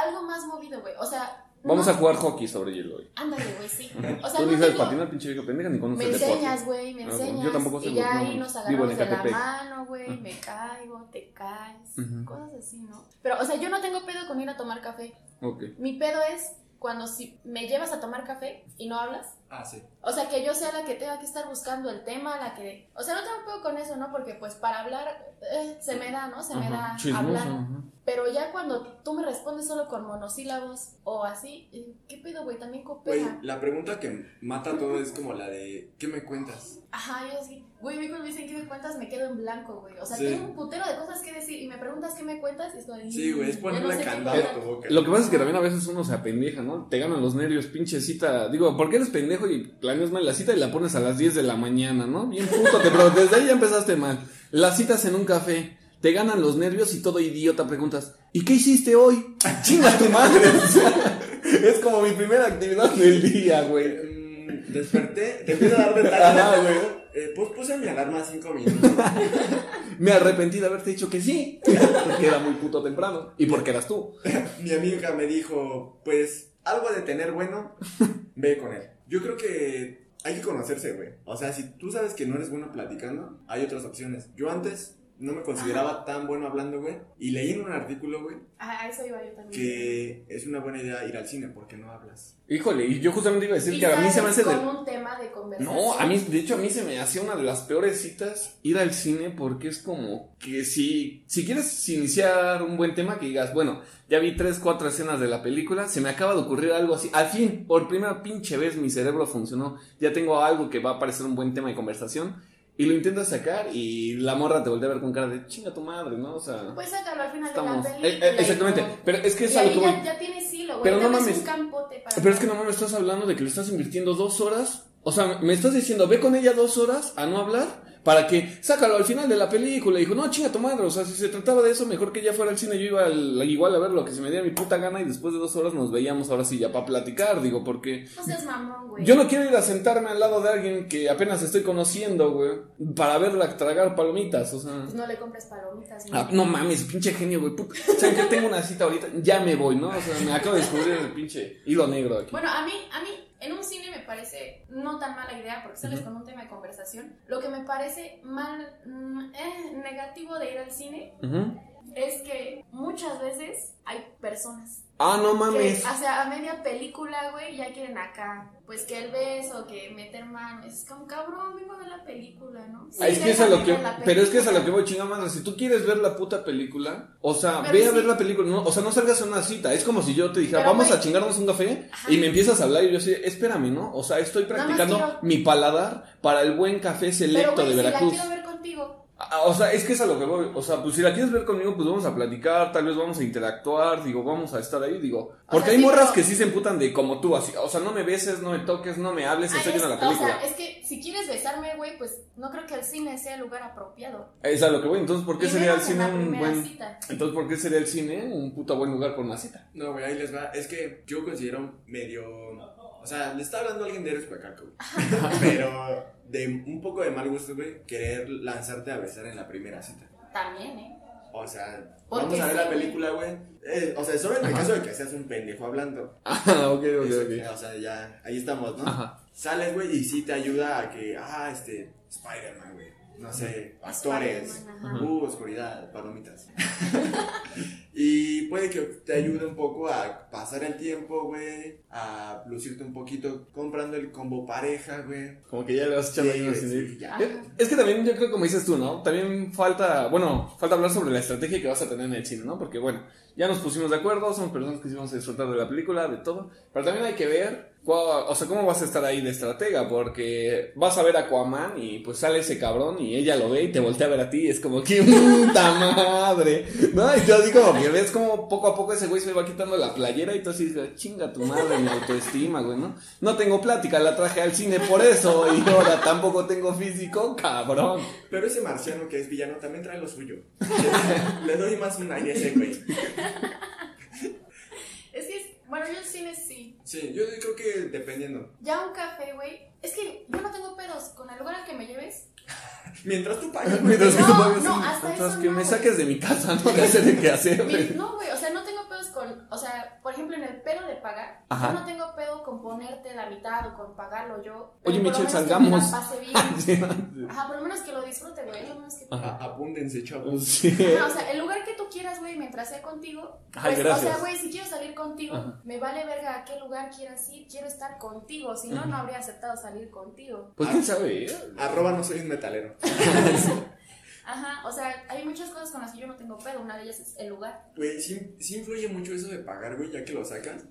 A: Algo más movido, güey. O sea...
C: Vamos
A: no-
C: a jugar hockey sobre hielo, güey.
A: Ándale, güey, sí. O sea,
C: Tú
A: no
C: ni sabes
A: digo-
C: patinar, pinche vieja pendeja, ni
A: Me
C: conoces el deporte.
A: enseñas, güey, me
C: Ah, bueno, yo
A: enseñas.
C: tampoco sé,
A: y
C: güey,
A: ya ahí
C: no,
A: nos
C: vivo en
A: agarramos de la
C: Ecatepec.
A: mano, güey, me caigo, te caes,
C: Ujú.
A: cosas así, ¿no? Pero, o sea, yo no tengo pedo con ir a tomar café.
C: Ok.
A: Mi pedo es cuando si me llevas a tomar café y no hablas.
B: Ah, sí.
A: O sea, que yo sea la que tenga que estar buscando el tema, la que... O sea, no tengo pedo con eso, ¿no? Porque pues para hablar eh, se me da, ¿no? Se me
C: Ajá.
A: da
C: Chismoso.
A: hablar.
C: ajá.
A: Pero ya cuando tú me respondes solo con monosílabos o así, eh, ¿qué pedo, güey? También
B: Güey,
A: coopera.
B: la pregunta que mata todo es como la de ¿qué me cuentas?
A: Ajá, yo sí. Güey, a mí cuando me dicen qué me cuentas, me quedo en blanco, güey. O sea,
B: Sí.
A: tengo un putero de cosas que decir y me preguntas qué me cuentas y es como.
B: Sí, güey, es
A: "Mm,
B: ponerle
A: ya no sé qué
B: candado a tu
A: contar".
B: boca.
C: Lo que pasa es que también a veces uno se apendeja, ¿no? Te ganan los nervios, pinche cita. Digo, ¿por qué eres pendejo y planeas mal la cita y la pones a las 10 de la mañana, ¿no? Bien puto, te, pero desde ahí ya empezaste mal. Las citas en un café, te ganan los nervios y todo idiota preguntas, ¿y qué hiciste hoy? Chinga tu madre. <laughs> O sea, es como mi primera actividad del día, güey.
B: Mm, Desperté, te empiezo a dar detalles.
C: <laughs> Ajá, güey.
B: Eh, pues puse mi alarma 5 minutos. <laughs>
C: Me arrepentí de haberte dicho que sí, porque era muy puto temprano. ¿Y porque eras tú?
B: Mi amiga me dijo, pues algo de tener bueno, ve con él. Yo creo que hay que conocerse, güey. O sea, si tú sabes que no eres bueno platicando, hay otras opciones. Yo antes no me consideraba tan bueno hablando, güey. Y leí en un artículo, güey,
A: Ajá, a eso iba yo también.
B: que es una buena idea ir al cine porque no hablas.
C: Híjole, y yo justamente iba a decir
A: Y
C: que a mí se me
A: sabes,
C: hace de...
A: como un tema de conversación.
C: No, a mí, de hecho, a mí se me hacía una de las peores citas ir al cine porque es como que si, si quieres iniciar un buen tema, que digas, bueno, ya vi tres, cuatro escenas de la película, se me acaba de ocurrir algo así. Al fin, por primera pinche vez mi cerebro funcionó, ya tengo algo que va a parecer un buen tema de conversación y lo intentas sacar y la morra te voltea a ver con cara de chinga tu madre, ¿no? O sea,
A: Pues sácalo al final
C: estamos...
A: de la
C: Eh,
A: película.
C: eh, exactamente,
A: y-
C: pero es que es
A: Y
C: algo
A: ahí
C: que voy.
A: ya, ya tienes hilo, güey.
C: Pero
A: Pero
C: no mames.
A: un campote para.
C: Pero es que no mames, estás hablando de que le estás invirtiendo dos horas O sea, me estás diciendo, ve con ella dos horas a no hablar para que sácalo al final de la película. Y dijo, no, chinga tu madre. O sea, si se trataba de eso, mejor que ella fuera al cine. Yo iba al- igual a ver lo que se me diera mi puta gana y después de dos horas nos veíamos ahora sí ya para platicar. Digo, porque
A: No seas mamón, güey.
C: yo no quiero ir a sentarme al lado de alguien que apenas estoy conociendo, güey, para verla tragar palomitas. O sea,
A: Pues no le compres palomitas, güey.
C: ah, no mames, pinche genio, güey. Pup. O sea, yo tengo una cita ahorita, ya me voy, ¿no? O sea, me acabo de descubrir el pinche hilo negro aquí.
A: Bueno, a mí, a mí, en un cine me parece no tan mala idea porque sales con un tema de conversación. Lo que me parece mal, mm, eh, negativo de ir al cine
C: Ujú.
A: es que muchas veces hay personas
C: Ah, no
A: que,
C: mames.
A: o sea, a media película, güey, ya quieren acá, pues que el beso, que meter mano. Es como, cabrón, vengo de la película, ¿no? Sí,
C: Ah, es que es a
A: déjame
C: lo que,
A: ver la
C: pero es que es a lo que
A: película.
C: voy chingada madre. Si tú quieres ver la puta película, o sea,
A: Pero
C: ve a
A: sí.
C: ver la película. No, o sea, no salgas a una cita. Es como si yo te dijera,
A: Pero,
C: vamos
A: güey.
C: a chingarnos un café
A: Ajá.
C: y me empiezas a hablar y yo así, espérame, ¿no? O sea, estoy
A: Nada más
C: practicando
A: quiero-
C: mi paladar para el buen café
A: Pero,
C: selecto
A: güey,
C: de
A: si la
C: Veracruz.
A: quiero ver contigo.
C: Ah, O sea, es que es a lo que voy. O sea, pues si la quieres ver conmigo, pues vamos a platicar, tal vez vamos a interactuar, digo, vamos a estar ahí, digo. Porque
A: sea,
C: hay
A: sí,
C: morras
A: pero-
C: que sí se emputan de como tú, así. O sea, no me beses, no me toques, no me hables,
A: Ay,
C: estoy
A: es-
C: viendo la
A: o
C: película.
A: sea, es que si quieres besarme, güey, pues no creo que el cine sea el lugar apropiado.
C: es... a lo que voy. Entonces, ¿por qué
A: Y
C: sería el
A: menos en
C: cine
A: la
C: un
A: primera
C: buen...
A: cita.
C: Entonces, ¿por qué sería el cine un puta buen lugar por una cita?
B: No, güey, ahí les va. Es que yo considero medio. O sea, le está hablando alguien de Eres Pacaco,
C: <laughs>
B: güey. Pero de un poco de mal gusto, güey, querer lanzarte a besar en la primera cita.
A: También, ¿eh?
B: O sea,
A: Porque
B: vamos a ver
A: sí,
B: la
A: güey.
B: película, güey. Eh, o sea, solo en el caso de que seas un pendejo hablando.
C: <laughs> Ah, ok, ok,
B: Eso,
C: ok.
B: O sea, ya, ahí estamos, ¿no?
C: Ajá.
B: Sales, güey, y sí te ayuda a que, ah, este, Spider-Man, güey. No sé, actores.
A: Spider-Man, ajá.
B: Uh, oscuridad, palomitas. <laughs> y puede que te ayude un poco a pasar el tiempo, güey. A lucirte un poquito comprando el combo pareja, güey.
C: Como que ya le vas echando
B: Sí,
C: ahí una
B: güey,
C: cine-
B: sí, ya.
A: Ajá.
C: Eh, Es que también yo creo como dices tú, ¿no? También falta, bueno, falta hablar sobre la estrategia que vas a tener en el cine, ¿no? Porque bueno, ya nos pusimos de acuerdo, somos personas que sí vamos a disfrutar de la película, de todo, pero también hay que ver, cuál- o sea, cómo vas a estar ahí de estratega, porque vas a ver a Aquaman y pues sale ese cabrón y ella lo ve y te voltea a ver a ti y es como que puta madre, ¿no? Y yo digo, que ves como poco a poco ese güey se va quitando la playera y tú así, dices, chinga tu madre, mi autoestima, güey, ¿no? No tengo plática, la traje al cine por eso
A: <laughs>
C: y ahora tampoco tengo físico, cabrón.
B: Pero ese marciano que es villano también trae lo suyo. <laughs> Le doy más un aire a ese, güey.
A: Es que, es- bueno, yo el cine sí.
B: Sí, yo creo que dependiendo.
A: Ya un café, güey. Es que yo no tengo pedos con el lugar al que me lleves.
B: Mientras tú
C: <laughs>
B: pagas, güey.
C: Mientras que,
A: No,
C: todavía
A: no,
C: sí,
A: hasta
C: mientras
A: eso
C: que
A: no,
C: me
A: güey.
C: saques de mi casa, no de hacer el que hacer,
A: Mi-
C: güey.
A: no, güey, o sea, no tengo pedos con. O sea, por ejemplo, en el pedo de pagar,
C: Ajá.
A: yo no tengo pedo con ponerte la mitad o con pagarlo yo. Pero
C: Oye,
A: por
C: Michelle,
A: lo menos que
C: salgamos.
A: me la pase bien.
C: <laughs> Sí,
A: Ajá, por lo menos que lo disfrute, güey. es Lo menos que.
C: Ajá.
B: A- Apúndense,
C: ¿no?
B: chavos.
C: Sí.
A: Ajá, o
C: <laughs>
A: sea, el lugar que tú quieras, güey, mientras sea contigo.
C: Ay,
A: pues,
C: gracias.
A: O sea, güey, si quiero salir contigo,
C: Ajá.
A: me vale verga a qué lugar quieras ir. Quiero estar contigo. Si no, no habría aceptado salir contigo.
C: Pues quién sabe, eh?
B: Arroba no soy un metalero.
A: Ajá, o sea, hay muchas cosas con las que yo no tengo pedo. Una de ellas es el lugar.
B: Güey, sí, sí influye mucho eso de pagar, güey, ya que lo sacas.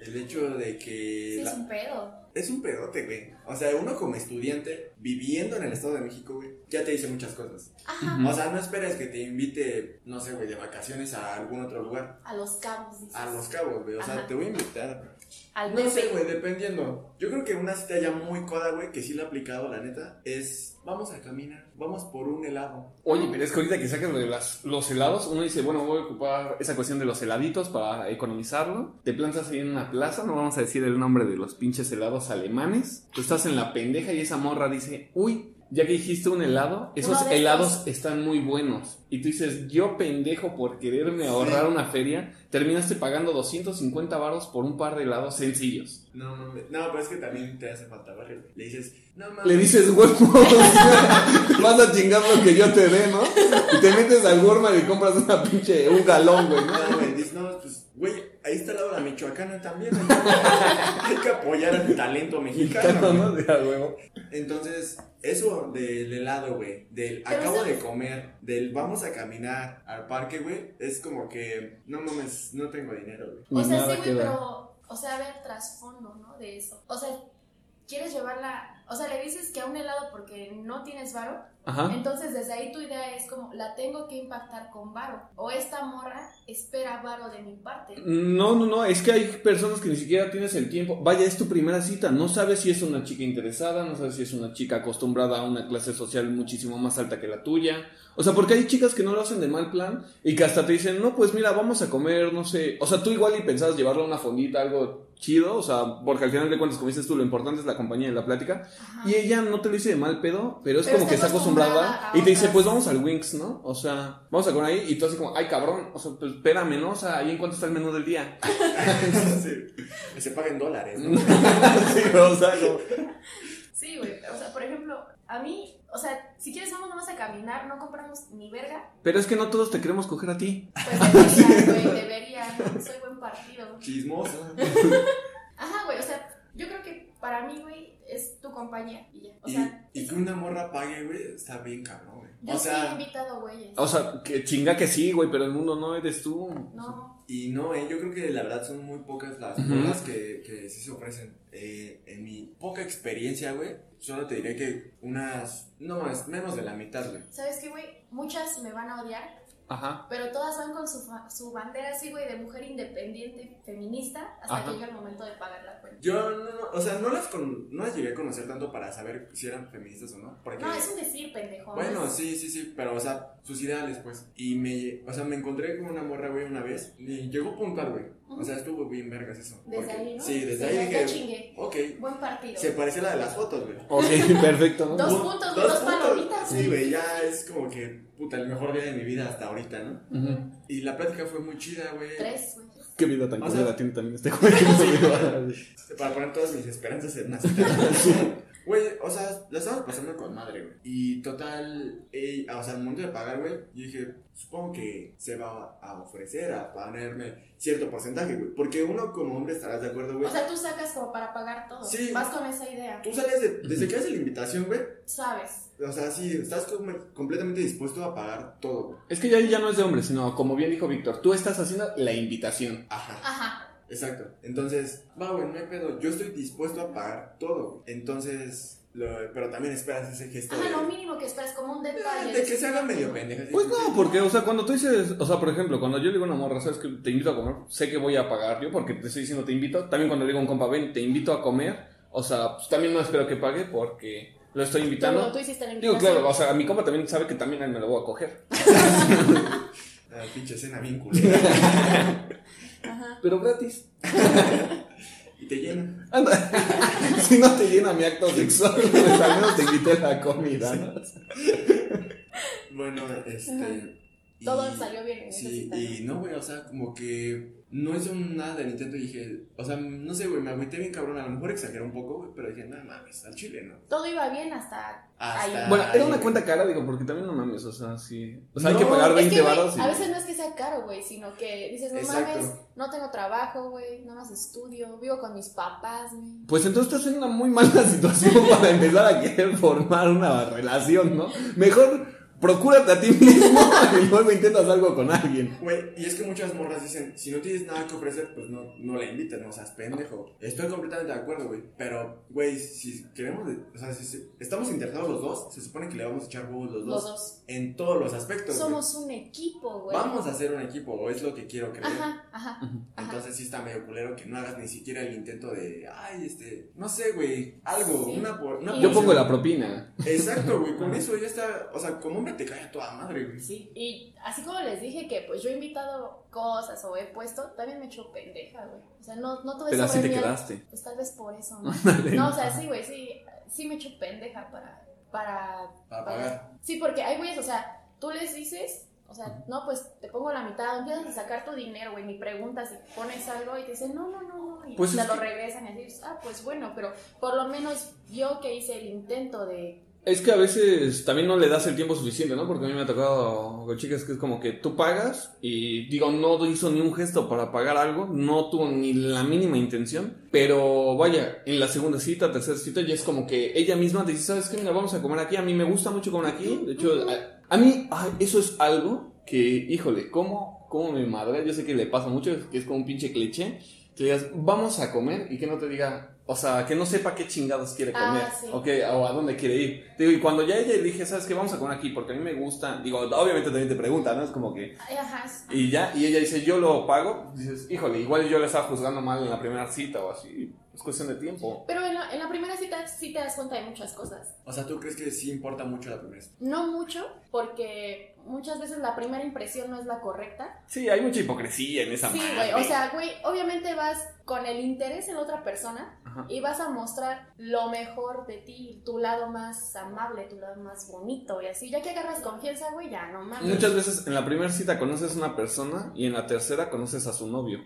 B: El hecho de que...
A: Sí,
B: la-
A: es un pedo.
B: Es un pedote, güey. O sea, uno como estudiante, viviendo en el Estado de México, güey, ya te dice muchas cosas.
A: Ajá,
B: O sea, no esperes que te invite, no sé, güey, de vacaciones a algún otro lugar.
A: a los cabos, dices.
B: A los cabos, güey. O sea,
A: Ajá.
B: te voy a invitar.
A: Al
B: No sé,
A: DF.
B: güey, dependiendo. Yo creo que una cita ya muy coda, güey, que sí la he aplicado, la neta, es vamos a caminar, vamos por un helado.
C: Oye, pero es que ahorita que sacas lo de las- los helados, uno dice, bueno, voy a ocupar esa cuestión de los heladitos para economizarlo. Te plantas ahí en una plaza, no vamos a decir el nombre de los pinches helados alemanes. Tú estás en la pendeja y esa morra dice, uy, ya que dijiste un helado, esos
A: Uno de
C: helados están muy buenos. Y tú dices, yo pendejo por quererme ahorrar una feria, terminaste pagando 250 varos por un par de helados sencillos.
B: No, mames. No, pero es que también te hace falta barrio. Le dices, no mames.
C: Le dices, <laughs> huevos, vas a chingar lo que yo te dé, ¿no? Y te metes al Walmart y compras una pinche, un galón, güey, ¿no?
B: No, güey, dices, no, pues, güey, ahí está al lado la michoacana también. ¿no? <laughs> Hay que apoyar al talento mexicano.
C: Mexicano,
B: güey.
C: ¿no? De a huevo.
B: Entonces, eso del helado, güey, del
A: Pero
B: acabo
A: eso-
B: de comer, del vamos a caminar al parque, güey, es como que, no mames, no tengo dinero,
A: O
B: güey. <laughs>
A: sea,
C: Nada
A: sí,
C: que
A: güey,
C: ver.
A: pero. O sea, a ver, trasfondo, ¿no? De eso. O sea, quieres llevarla. O sea, le dices que a un helado porque no tienes varo.
C: Ajá.
A: Entonces, desde ahí tu idea es como, la tengo que impactar con varo. O esta morra espera varo de mi parte.
C: No, no, no, es que hay personas que ni siquiera tienes el tiempo. Vaya, es tu primera cita, no sabes si es una chica interesada, no sabes si es una chica acostumbrada a una clase social muchísimo más alta que la tuya. O sea, porque hay chicas que no lo hacen de mal plan y que hasta te dicen, no, pues mira, vamos a comer, no sé. O sea, tú igual y pensabas llevarla a una fondita, algo chido, o sea, porque al final de cuentas, como dices tú, lo importante es la compañía y la plática.
A: Ajá.
C: Y ella no te lo dice de mal pedo, pero es
A: Pero
C: como
A: está
C: que está acostumbrada
A: acostumbrada a
C: y te dice,
A: otras.
C: pues vamos al Wings, ¿no? O sea, vamos a comer ahí y tú así como, ay cabrón, o sea, pues espérame, ¿no? O sea, ahí en cuánto está el menú
B: <laughs>
C: del día. <laughs>
B: Sí. Que se paguen dólares, ¿no?
C: Sí, o sea, como-
A: Sí, güey. O sea, por ejemplo, a mí, o sea, si quieres vamos nomás a caminar, no compramos ni verga,
C: Pero es que no todos te queremos coger a ti.
A: pues
B: <laughs>
A: debería, güey, debería. Soy buen partido.
B: Chismosa.
A: Ajá, güey, o sea, yo creo que para mí, güey, es tu compañía y ya. O
B: Y,
A: sea,
B: y que una morra pague, güey, está bien cabrón, güey.
A: yo
B: O
A: sí he
B: sea,
A: invitado güeyes.
C: O sea, que chinga que sí, güey, pero el mundo no eres tú.
A: No,
B: y no, eh, yo creo que la verdad son muy pocas las
C: Ujú.
B: morras que, que sí se ofrecen. Eh, en mi poca experiencia, güey, solo te diré que unas, no más, menos de la mitad, güey.
A: ¿sabes qué, güey? Muchas me van a odiar,
C: Ajá.
A: pero todas van con su, fa- su bandera así, güey, de mujer independiente, feminista, hasta
C: Ajá.
A: que llega el momento de pagar la cuenta.
B: Yo no, no, o sea, no las, con- no las llegué a conocer tanto para saber si eran feministas o no. Porque
A: No, es un decir, pendejo.
B: Bueno,
A: ¿no?
B: sí, sí, sí, pero, o sea, sus ideales, pues. Y me, o sea, me encontré con una morra, güey, una vez. Y llegó puntual, güey. O sea, estuvo bien vergas eso.
A: Desde
B: porque-
A: ahí, ¿no?
B: Sí, desde
A: Desde
B: ahí
A: ahí ya
B: dije,
A: chingué.
B: ok,
A: Buen partido.
B: se parece a la de las fotos, güey.
A: <laughs>
C: Ok, perfecto, ¿no?
A: Dos
B: Bu-
A: puntos, güey, dos palomitas,
B: Sí,
A: güey.
B: güey, ya es como que, puta, el mejor día de mi vida hasta ahorita, ¿no?
C: Ujú.
B: Y la plática fue muy chida, güey.
A: Tres, güey.
C: Qué vida tan
B: O sea-
C: culera tiene también este güey. que no se lleva.
A: <laughs>
B: Para poner todas mis esperanzas en una cita. <laughs> Güey, o sea, la estábamos pasando con madre, güey. Y total, eh, o sea, al momento de pagar, güey, yo dije, supongo que se va a ofrecer a ponerme cierto porcentaje, güey. Porque uno como hombre estarás de acuerdo, güey.
A: O sea, tú sacas como para pagar todo.
B: Sí.
A: Vas con esa idea.
B: Tú sales de- desde que haces la invitación, güey.
A: Sabes.
B: O sea, sí, estás como completamente dispuesto a pagar todo, güey.
C: Es que ya ahí ya no es de hombre, sino como bien dijo Víctor, tú estás haciendo la invitación.
B: Ajá.
A: Ajá.
B: Exacto. Entonces, va, güey, no hay pedo. Yo estoy dispuesto a pagar todo. güey. Entonces, lo- pero también esperas ese gesto
A: Ajá,
B: de,
A: lo mínimo que esperas, como un
B: Ah,
A: detalle.
B: de que se haga medio pendeja. así
C: Pues
B: como <laughs>
C: no,
B: que-
C: porque, o sea, cuando tú dices, o sea, por ejemplo, cuando yo le digo a una morra, sabes que te invito a comer, sé que voy a pagar yo porque te estoy diciendo te invito. También cuando le digo a un compa, ven, te invito a comer, o sea, pues también no espero que pague porque lo estoy invitando.
A: Tú, tú hiciste la
C: Digo,
A: invitación.
C: claro, o sea, a mi compa también sabe que también a él me lo voy a coger.
B: Ah, pinche escena bien
C: <laughs>
B: culera.
A: Ajá.
C: Pero gratis.
B: y te llena.
C: Anda. <laughs> si no te llena mi acto sexual, <laughs> pues al menos te invité la comida, ¿no?
B: Bueno, este. y-
A: Todo salió bien en esa
B: Sí,
A: cita,
B: y no, güey, o sea, como que no hice un nada del intento y dije, o sea, no sé, güey, me agüité bien cabrón. A lo mejor exageré un poco, güey, pero dije, no mames, al chile, ¿no?
A: Todo iba bien hasta.
B: Hasta
A: Ay.
C: Bueno, era
B: ahí,
C: una
B: güey.
C: cuenta cara, digo, porque también no mames, o sea, sí. O sea, hay
B: No,
C: que pagar
A: Es
C: 20
A: que, güey,
C: varos y...
A: A veces no es que sea caro, güey, sino que dices, no
B: Exacto.
A: mames, no tengo trabajo, güey, no más estudio, vivo con mis papás, güey.
C: Pues entonces estás en una muy mala <laughs> situación para empezar a querer formar una relación, ¿no? Mejor procúrate a ti mismo <laughs> y luego intentas algo con alguien.
B: Güey, y es que muchas morras dicen, si no tienes nada que ofrecer, pues no, no la invitas, no seas pendejo. Estoy completamente de acuerdo, güey. Pero, güey, si queremos, o sea, si, si estamos interesados los dos, se supone que le vamos a echar huevos los dos.
A: Los dos.
B: En todos los aspectos. güey.
A: Somos un equipo, güey.
B: Vamos a hacer un equipo, o es lo que quiero creer.
A: Ajá, ajá. ajá.
B: Entonces sí está medio culero que no hagas ni siquiera el intento de, ay, este, no sé, güey, algo,
A: Sí.
B: una por... Una
A: Yo
C: Yo
B: porción.
C: pongo la propina.
B: Exacto, güey, con eso ya está, o sea, como hombre te cae a toda madre, güey.
A: Sí, y así como les dije que pues yo he invitado cosas o he puesto, también me he hecho pendeja, güey. O sea, no, no todo eso
C: Pero así te
A: venía-
C: quedaste.
A: Pues tal vez por eso, ¿no?
C: <laughs> Ándale.
A: no, o sea, sí, güey, sí, sí me he hecho pendeja para, para,
B: Para pagar.
A: Sí, porque hay güeyes, o sea, tú les dices, o sea, no, pues te pongo la mitad, empiezas a sacar tu dinero, güey, ni preguntas y pones algo y te dicen, no, no, no, no, y
C: Pues
A: te
C: es
A: lo
C: que-
A: regresan y dices, ah, pues bueno, pero por lo menos yo que hice el intento de,
C: Es que a veces también no le das el tiempo suficiente, ¿no? Porque a mí me ha tocado con chicas que es como que tú pagas y digo, no hizo ni un gesto para pagar algo, no tuvo ni la mínima intención, pero vaya, en la segunda cita, tercera cita, ya es como que ella misma te dice, ¿sabes qué? Mira, vamos a comer aquí, a mí me gusta mucho comer aquí, de hecho, a, a mí ay, eso es algo que, híjole, ¿cómo, cómo me madre? Yo sé que le pasa mucho, es que es como un pinche cliché. que digas, vamos a comer y que no te diga, o sea, que no sepa qué chingados quiere
A: Ah,
C: comer,
A: sí.
C: ok, o a dónde quiere ir. Te Digo, y cuando ya ella dije, ¿sabes qué? Vamos a comer aquí porque a mí me gusta, digo, obviamente también te pregunta, ¿no? Es como que,
A: Ay, Ajá, es-
C: y ya, y ella dice, yo lo pago, dices, híjole, igual yo la estaba juzgando mal en la primera cita o así, es cuestión de tiempo.
A: Pero en la, en la primera cita sí te das cuenta de muchas cosas.
B: O sea, ¿tú crees que sí importa mucho la primera cita?
A: No mucho, porque muchas veces la primera impresión no es la correcta.
C: Sí, hay mucha hipocresía en esa
A: Sí,
C: madre.
A: güey. O sea, güey, obviamente vas con el interés en otra persona
C: Ajá.
A: y vas a mostrar lo mejor de ti, tu lado más amable, tu lado más bonito y así. Ya que agarras confianza, güey, ya no mames.
C: Muchas veces en la primera cita conoces a una persona y en la tercera conoces a su novio.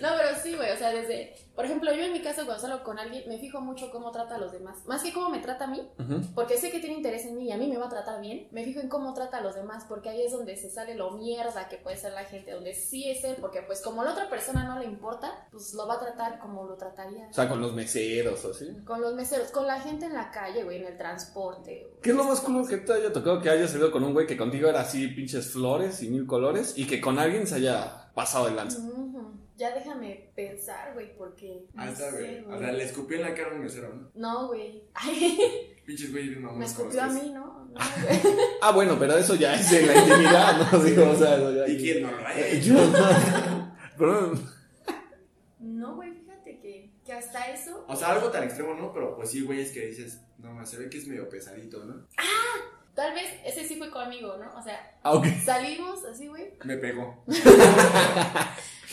A: No, pero sí, güey, o sea, desde, por ejemplo, yo en mi caso cuando salgo con alguien, me fijo mucho cómo trata a los demás, más que cómo me trata a mí,
C: Ujú.
A: porque sé que tiene interés en mí y a mí me va a tratar bien, me fijo en cómo trata a los demás, porque ahí es donde se sale lo mierda que puede ser la gente, donde sí es él, porque pues como a la otra persona no le importa, pues lo va a tratar como lo trataría
C: O sea, con los meseros o así.
A: con los meseros, con la gente en la calle, güey, en el transporte. güey.
C: ¿Qué es lo más cool que te haya tocado que hayas salido con un güey que contigo era así pinches flores y mil colores y que con alguien se haya pasado el lanza?
A: Ujú. Ya déjame pensar, güey, porque... no
B: Ah, está,
A: sé,
B: güey.
A: güey.
B: O sea, le escupí en la cara a un mesero, ¿no?
A: No, güey. Ay,
B: Pinches güey, bien
A: me
B: mamones con
A: escupió a
B: ustedes.
A: mí, ¿no? No, güey.
C: Ah, bueno, pero eso ya es en la intimidad, ¿no? Digo, o sea, eso ya-
B: ¿Y quién no lo ha hecho? <laughs>
C: Yo. Pero,
A: No, güey, fíjate que, que hasta eso.
B: O sea, algo tan extremo, ¿no? Pero pues sí, güey, es que dices, no, ma, se ve que es medio pesadito, ¿no?
A: Tal vez ese sí fue conmigo, ¿no? O sea,
C: ah, ok.
A: salimos así, güey.
B: Me pegó.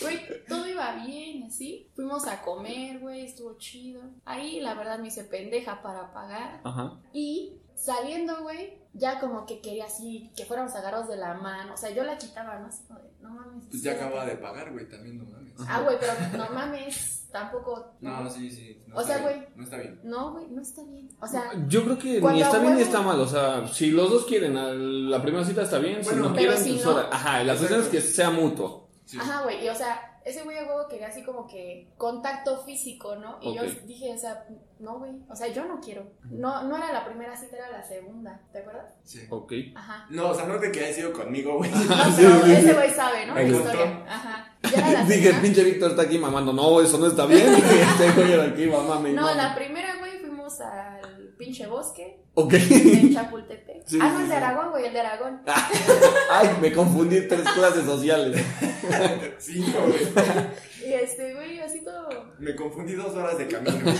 A: Güey, todo iba bien, así. Fuimos a comer, güey, estuvo chido. Ahí, la verdad, me hice pendeja para pagar.
C: Ajá.
A: Y saliendo, güey, ya como que quería así, que fuéramos agarrados de la mano. O sea, yo la quitaba, ¿no? Así como de, no mames.
B: Pues ya
A: espérate.
B: acaba de pagar, güey, también, no mames.
A: Ah, güey, pero no mames, tampoco.
B: No, sí, sí. no
A: O
B: está
A: sea,
B: bien,
A: güey.
B: No está bien.
A: No, güey, no está bien. O sea,
C: Yo creo que ni
A: Cuando
C: está bien ni
A: huevo-
C: está mal, o sea, si los dos quieren, a la primera cita está bien, si
B: Bueno,
C: no
A: pero
C: quieren,
A: si
C: pues
A: no-
C: ahora. Ajá, la cuestión es
B: Exacto.
C: que sea mutuo.
B: Sí.
A: Ajá, güey, y o sea, ese güey a huevo quería así como que contacto físico, ¿no? Y
C: Ok.
A: yo dije, o sea, no, güey, o sea, yo no quiero. No, no era la primera cita, era la segunda, ¿te acuerdas?
B: Sí.
C: Ok.
B: <laughs>
A: Ajá.
B: No, o sea, no te que haya sido conmigo, güey. <laughs>
A: No,
C: sí,
A: pero
C: sí, sí.
A: ese güey sabe, ¿no? La
C: Me
A: historia. Ajá. Ya era
B: <laughs>
A: la
C: Dije,
A: segunda.
C: pinche Víctor está aquí mamando. No, eso no está bien. Dije, este güey era aquí, mamá, me
A: No,
C: mama.
A: la primera, güey, fuimos al pinche bosque
C: Ok. <laughs>
A: en Chapultepec.
C: Sí,
A: ah,
C: sí,
A: no, el
C: sí. Ah.
A: de Aragón, güey, el de Aragón.
C: Ay, me confundí tres clases sociales.
B: Sí, no, güey.
A: <laughs> Y este, güey, así todo
B: Me confundí dos horas de camino.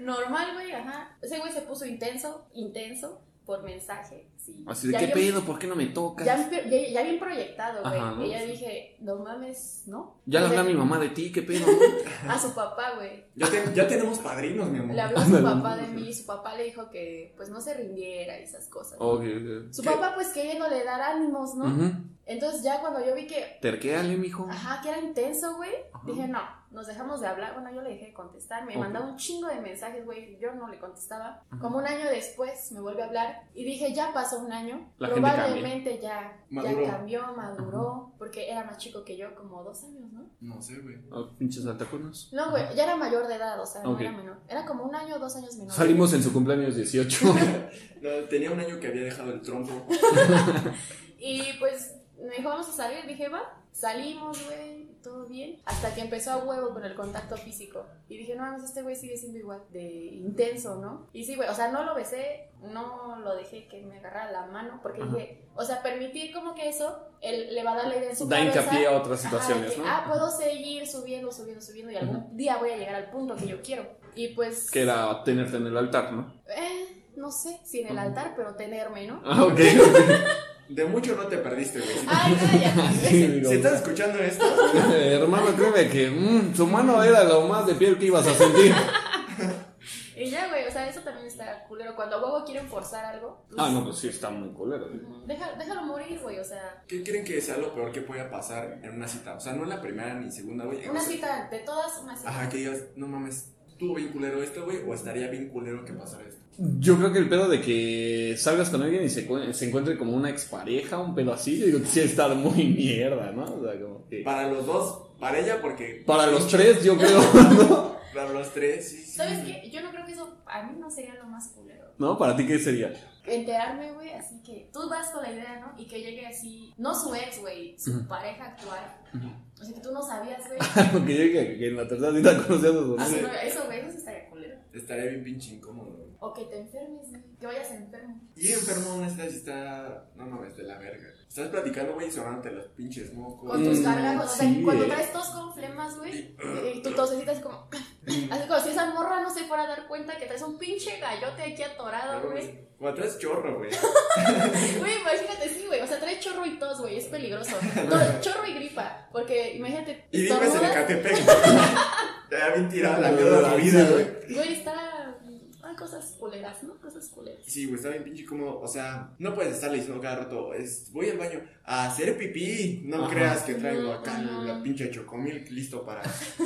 A: normal, güey, ajá. Ese güey se puso intenso, intenso, por mensaje, sí.
C: Así de,
A: Ya
C: ¿qué
A: yo-
C: pedo? ¿Por qué no me tocas?
A: Ya,
C: Ya,
A: vi- ya, ya bien proyectado, güey.
C: Ajá, ¿no?
A: Y ya
C: Sí.
A: dije, no mames, ¿no?
C: le hablé a mi
A: Entonces,
C: mamá de ti,
A: <laughs>
C: ¿qué pedo?
A: A su papá, güey.
B: Ya, te- ya tenemos padrinos, mi amor.
A: Le habló a su papá de mí y su papá le dijo que pues no se rindiera y esas cosas.
C: Ok, ok.
A: Su
B: ¿Qué?
A: papá pues queriéndole dar ánimos, ¿no?
C: Ujú.
A: Entonces ya cuando yo vi que,
C: Terquéale, mijo.
A: ajá, que era intenso, güey,
C: Ajá.
A: dije, no, nos dejamos de hablar. Bueno, yo le dejé de contestar, me
C: Ok.
A: mandaba un chingo de mensajes, güey, yo no le contestaba. Como un año después me vuelve a hablar y dije, ya pasó un año,
C: La gente cambia.
A: probablemente ya,
B: Maduró.
A: ya cambió, maduró, porque era más chico que yo, como dos años, ¿no?
B: No sé, güey.
C: Oh, pinches altacunos.
A: No, güey, ya era mayor de edad, o sea,
C: Ok.
A: no era menor. Era como un año o dos años menor.
C: Salimos en su cumpleaños 18.
A: <laughs>
B: No, tenía un año que había dejado el trompo.
A: Y pues me dijo, vamos a salir. Dije, va, salimos, güey, todo bien. Hasta que empezó a huevo con el contacto físico. Y dije, no, mames, este güey sigue siendo igual de intenso, ¿no? Y sí, güey, o sea, no lo besé, no lo dejé que me agarrara la mano, porque
C: Ajá.
A: dije, o sea, permitir como que eso él le va a dar la idea en su
C: <laughs> da
A: cabeza.
C: hincapié a otras
A: Ajá, de
C: situaciones,
A: que,
C: ¿no?
A: Ah, puedo seguir subiendo, subiendo, subiendo y algún día voy a llegar al punto que yo quiero. Y pues...
C: Que era tenerte en el
A: <laughs>
C: altar, ¿no?
A: Eh, no sé, si en el altar, pero tenerme, ¿no?
C: Ah, ok. ok.
B: De mucho no te perdiste, güey. Si-
A: Ay,
C: <laughs> Sí,
A: cállate.
C: digo,
B: Si estás escuchando esto,
C: eh, <laughs> hermano, créeme que mm, su mano era lo más de piel que ibas a sentir.
A: Y ya, güey, o sea, eso también está culero. Cuando a huevo quieren forzar algo, pues,
C: Ah, no, pues sí, está muy culero. güey.
A: ujú, deja- déjalo morir, güey, o sea,
B: ¿qué creen que sea lo peor que pueda pasar en una cita? O sea, no en la primera ni segunda, güey.
A: una
B: O sea,
A: cita de todas, una cita.
B: Ajá, que digas, no mames, estuvo bien culero esto, güey, o estaría bien culero que pasara esto.
C: Yo creo que el pedo de que salgas con alguien y se, cu- se encuentre como una expareja, un pedo así, yo digo que sí estar muy mierda, ¿no? O sea, como que...
B: Para los dos, para ella, porque.
C: Para los tres, yo creo. <laughs>
B: Para los tres, sí, sí.
A: ¿Sabes qué? Yo no creo que eso, a mí no sería lo más culero.
C: ¿No? ¿Para ti qué sería? <laughs>
A: Enterarme, güey, así que tú vas con la idea, ¿no? Y que llegue así, no su ex, güey, su
C: Ujú.
A: pareja actual. O sea, que tú no sabías,
C: <laughs>
A: güey.
C: Porque yo dije que en la tercera cita conocías a su
A: Ah,
C: novia.
A: no, Eso, güey, eso estaría culero.
B: Estaría bien pinche incómodo, güey.
A: O que te enfermes, güey. Que vayas enfermo.
B: Y enfermo aún está, está, no mames, de la verga. Estás platicando, güey, y sonándote los pinches mocos.
A: Con tus
C: Mm,
A: cargas, o sea,
C: sí,
A: cuando
C: eh.
A: traes tos con flemas, güey, Ah, y tu tosecita así como. <clears throat> Así como si esa morra no se fuera a dar cuenta que traes un pinche gallote aquí atorado,
B: Luego,
A: güey.
B: Cuando traes chorro, güey.
A: <laughs> Güey, imagínate, sí, güey. O sea, traes chorro y tos, güey, es
B: <laughs>
A: peligroso. To- chorro y gripa, porque imagínate.
B: Y vives en
A: estornudas,
B: Ecatepec, güey. <laughs> Te bien tirado la mierda de la vida, güey.
A: Güey, está. Hay cosas culeras, ¿no? Cosas culeras.
B: Sí, güey, está bien pinche cómodo. O sea, no puedes estarle diciendo cada rato, es, voy al baño a hacer pipí. No
C: Ajá.
B: creas que traigo
A: No,
B: acá
A: no.
B: la pinche chocomil listo para, <laughs>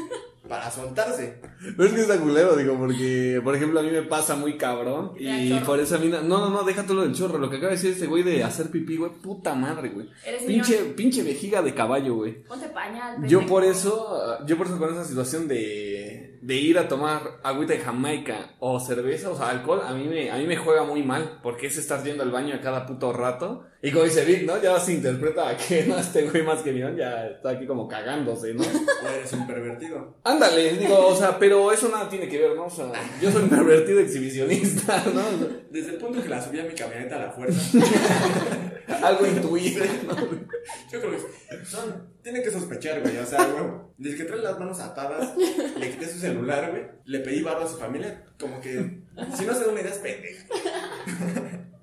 B: para soltarse.
C: Pero es que está culero, digo, porque, por ejemplo, a mí me pasa muy cabrón.
A: Te da
C: Y
A: chorro.
C: por esa mina. No, no, no, déjate lo del chorro. Lo que acaba de decir este güey de hacer pipí, güey, puta madre, güey.
A: Eres
C: Pinche,
A: niño.
C: pinche vejiga de caballo, güey.
A: Ponte pañal.
C: Yo
A: pendejo.
C: por eso, ah, yo por eso con esa situación de, de ir a tomar agüita de Jamaica o cerveza, o sea, alcohol, a mí me, a mí me juega muy mal, porque es estar yendo al baño a cada puto rato. Y como dice Vic, ¿no? Ya se interpreta a que <laughs> no, este güey más que mío ya está aquí como cagándose,
A: <laughs>
C: ¿no?
B: O eres un pervertido.
C: Ándale, digo, o sea, pero eso nada tiene que ver, ¿no? O sea, yo soy un pervertido exhibicionista, ¿no? O sea,
B: Desde el punto que la subí a mi camioneta a la fuerza,
C: Algo intuido, ¿no?
B: yo creo que son, tienen que sospechar, güey. O sea, güey, desde que trae las manos atadas, le quité su celular, güey, le pedí barro a su familia, como que, si no se da una idea, es pendejo.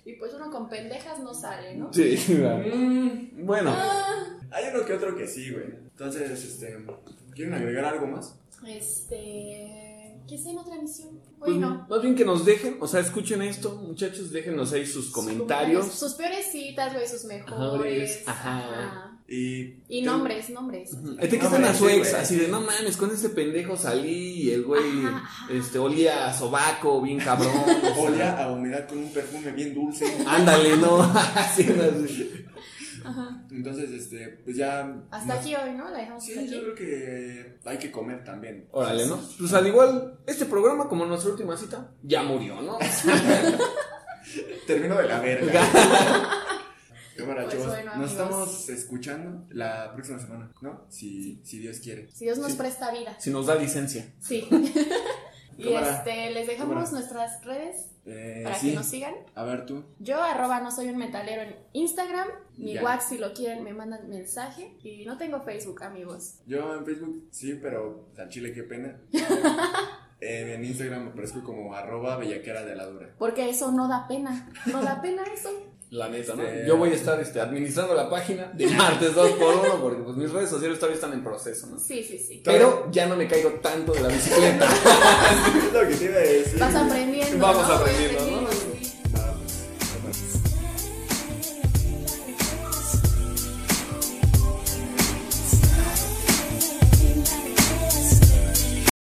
A: Y pues uno con pendejas no sale, ¿no?
C: Sí, va. bueno.
A: Ah,
B: Hay uno que otro que sí, güey. Entonces, este, ¿quieren agregar algo más?
A: este. ¿Qué es en otra misión?
C: Pues,
A: Bueno.
C: Más bien que nos dejen, o sea, escuchen esto, muchachos, déjenos ahí sus comentarios.
A: Sus peores citas, güey, sus mejores.
C: Ajá.
A: ajá.
B: Y,
A: Y nombres, nombres.
C: Este
B: No,
C: que están a su
B: sí,
C: ex,
B: güey.
C: así de no mames, con ese pendejo salí y el güey
A: Ajá, ajá.
C: este, olía a sobaco, bien cabrón. o sea,
B: Olía a humedad con un perfume bien dulce.
C: Ándale, no. <laughs> Así, no, sí.
A: Ajá.
B: Entonces, este, pues ya.
A: Hasta
B: no-
A: aquí hoy, ¿no? La dejamos hasta
B: Sí, yo
A: aquí.
B: creo que hay que comer también.
C: Órale, ¿no? Pues al igual, este programa, como nuestra última cita, ya murió, ¿no?
B: Termino de la verga.
C: <laughs>
B: Cámara,
A: Pues
B: chavos.
A: bueno, amigos.
B: Nos estamos escuchando la próxima semana, ¿no? Si, si Dios quiere.
A: Si Dios nos
C: Sí.
A: presta vida.
C: Si nos da licencia.
A: Sí. <laughs>
B: <laughs>
A: y
B: Cámara.
A: este, les dejamos
B: Cámara.
A: nuestras redes
B: Eh,
A: para
B: sí.
A: que nos sigan.
B: A ver tú.
A: Yo, arroba no soy un metalero en Instagram. Mi
B: Ya.
A: WhatsApp, si lo quieren, me mandan mensaje. Y no tengo Facebook, amigos.
B: Yo en Facebook, sí, pero al chile,
A: <laughs>
B: qué pena. Eh, en Instagram aparezco como arroba bellaquera de la dura. <laughs>
A: Porque eso no da pena. No da pena eso.
C: La neta, ¿no?
B: Este-
C: Yo voy a estar este, administrando la página de martes 2x1 porque pues, mis redes sociales todavía están en proceso, ¿no?
A: Sí, sí,
C: <laughs>
A: sí.
C: Pero ya no me caigo tanto de la bicicleta.
B: Es lo que te iba a decir.
A: Vas aprendiendo.
C: Vamos
A: ¿no?
C: aprendiendo, ¿no?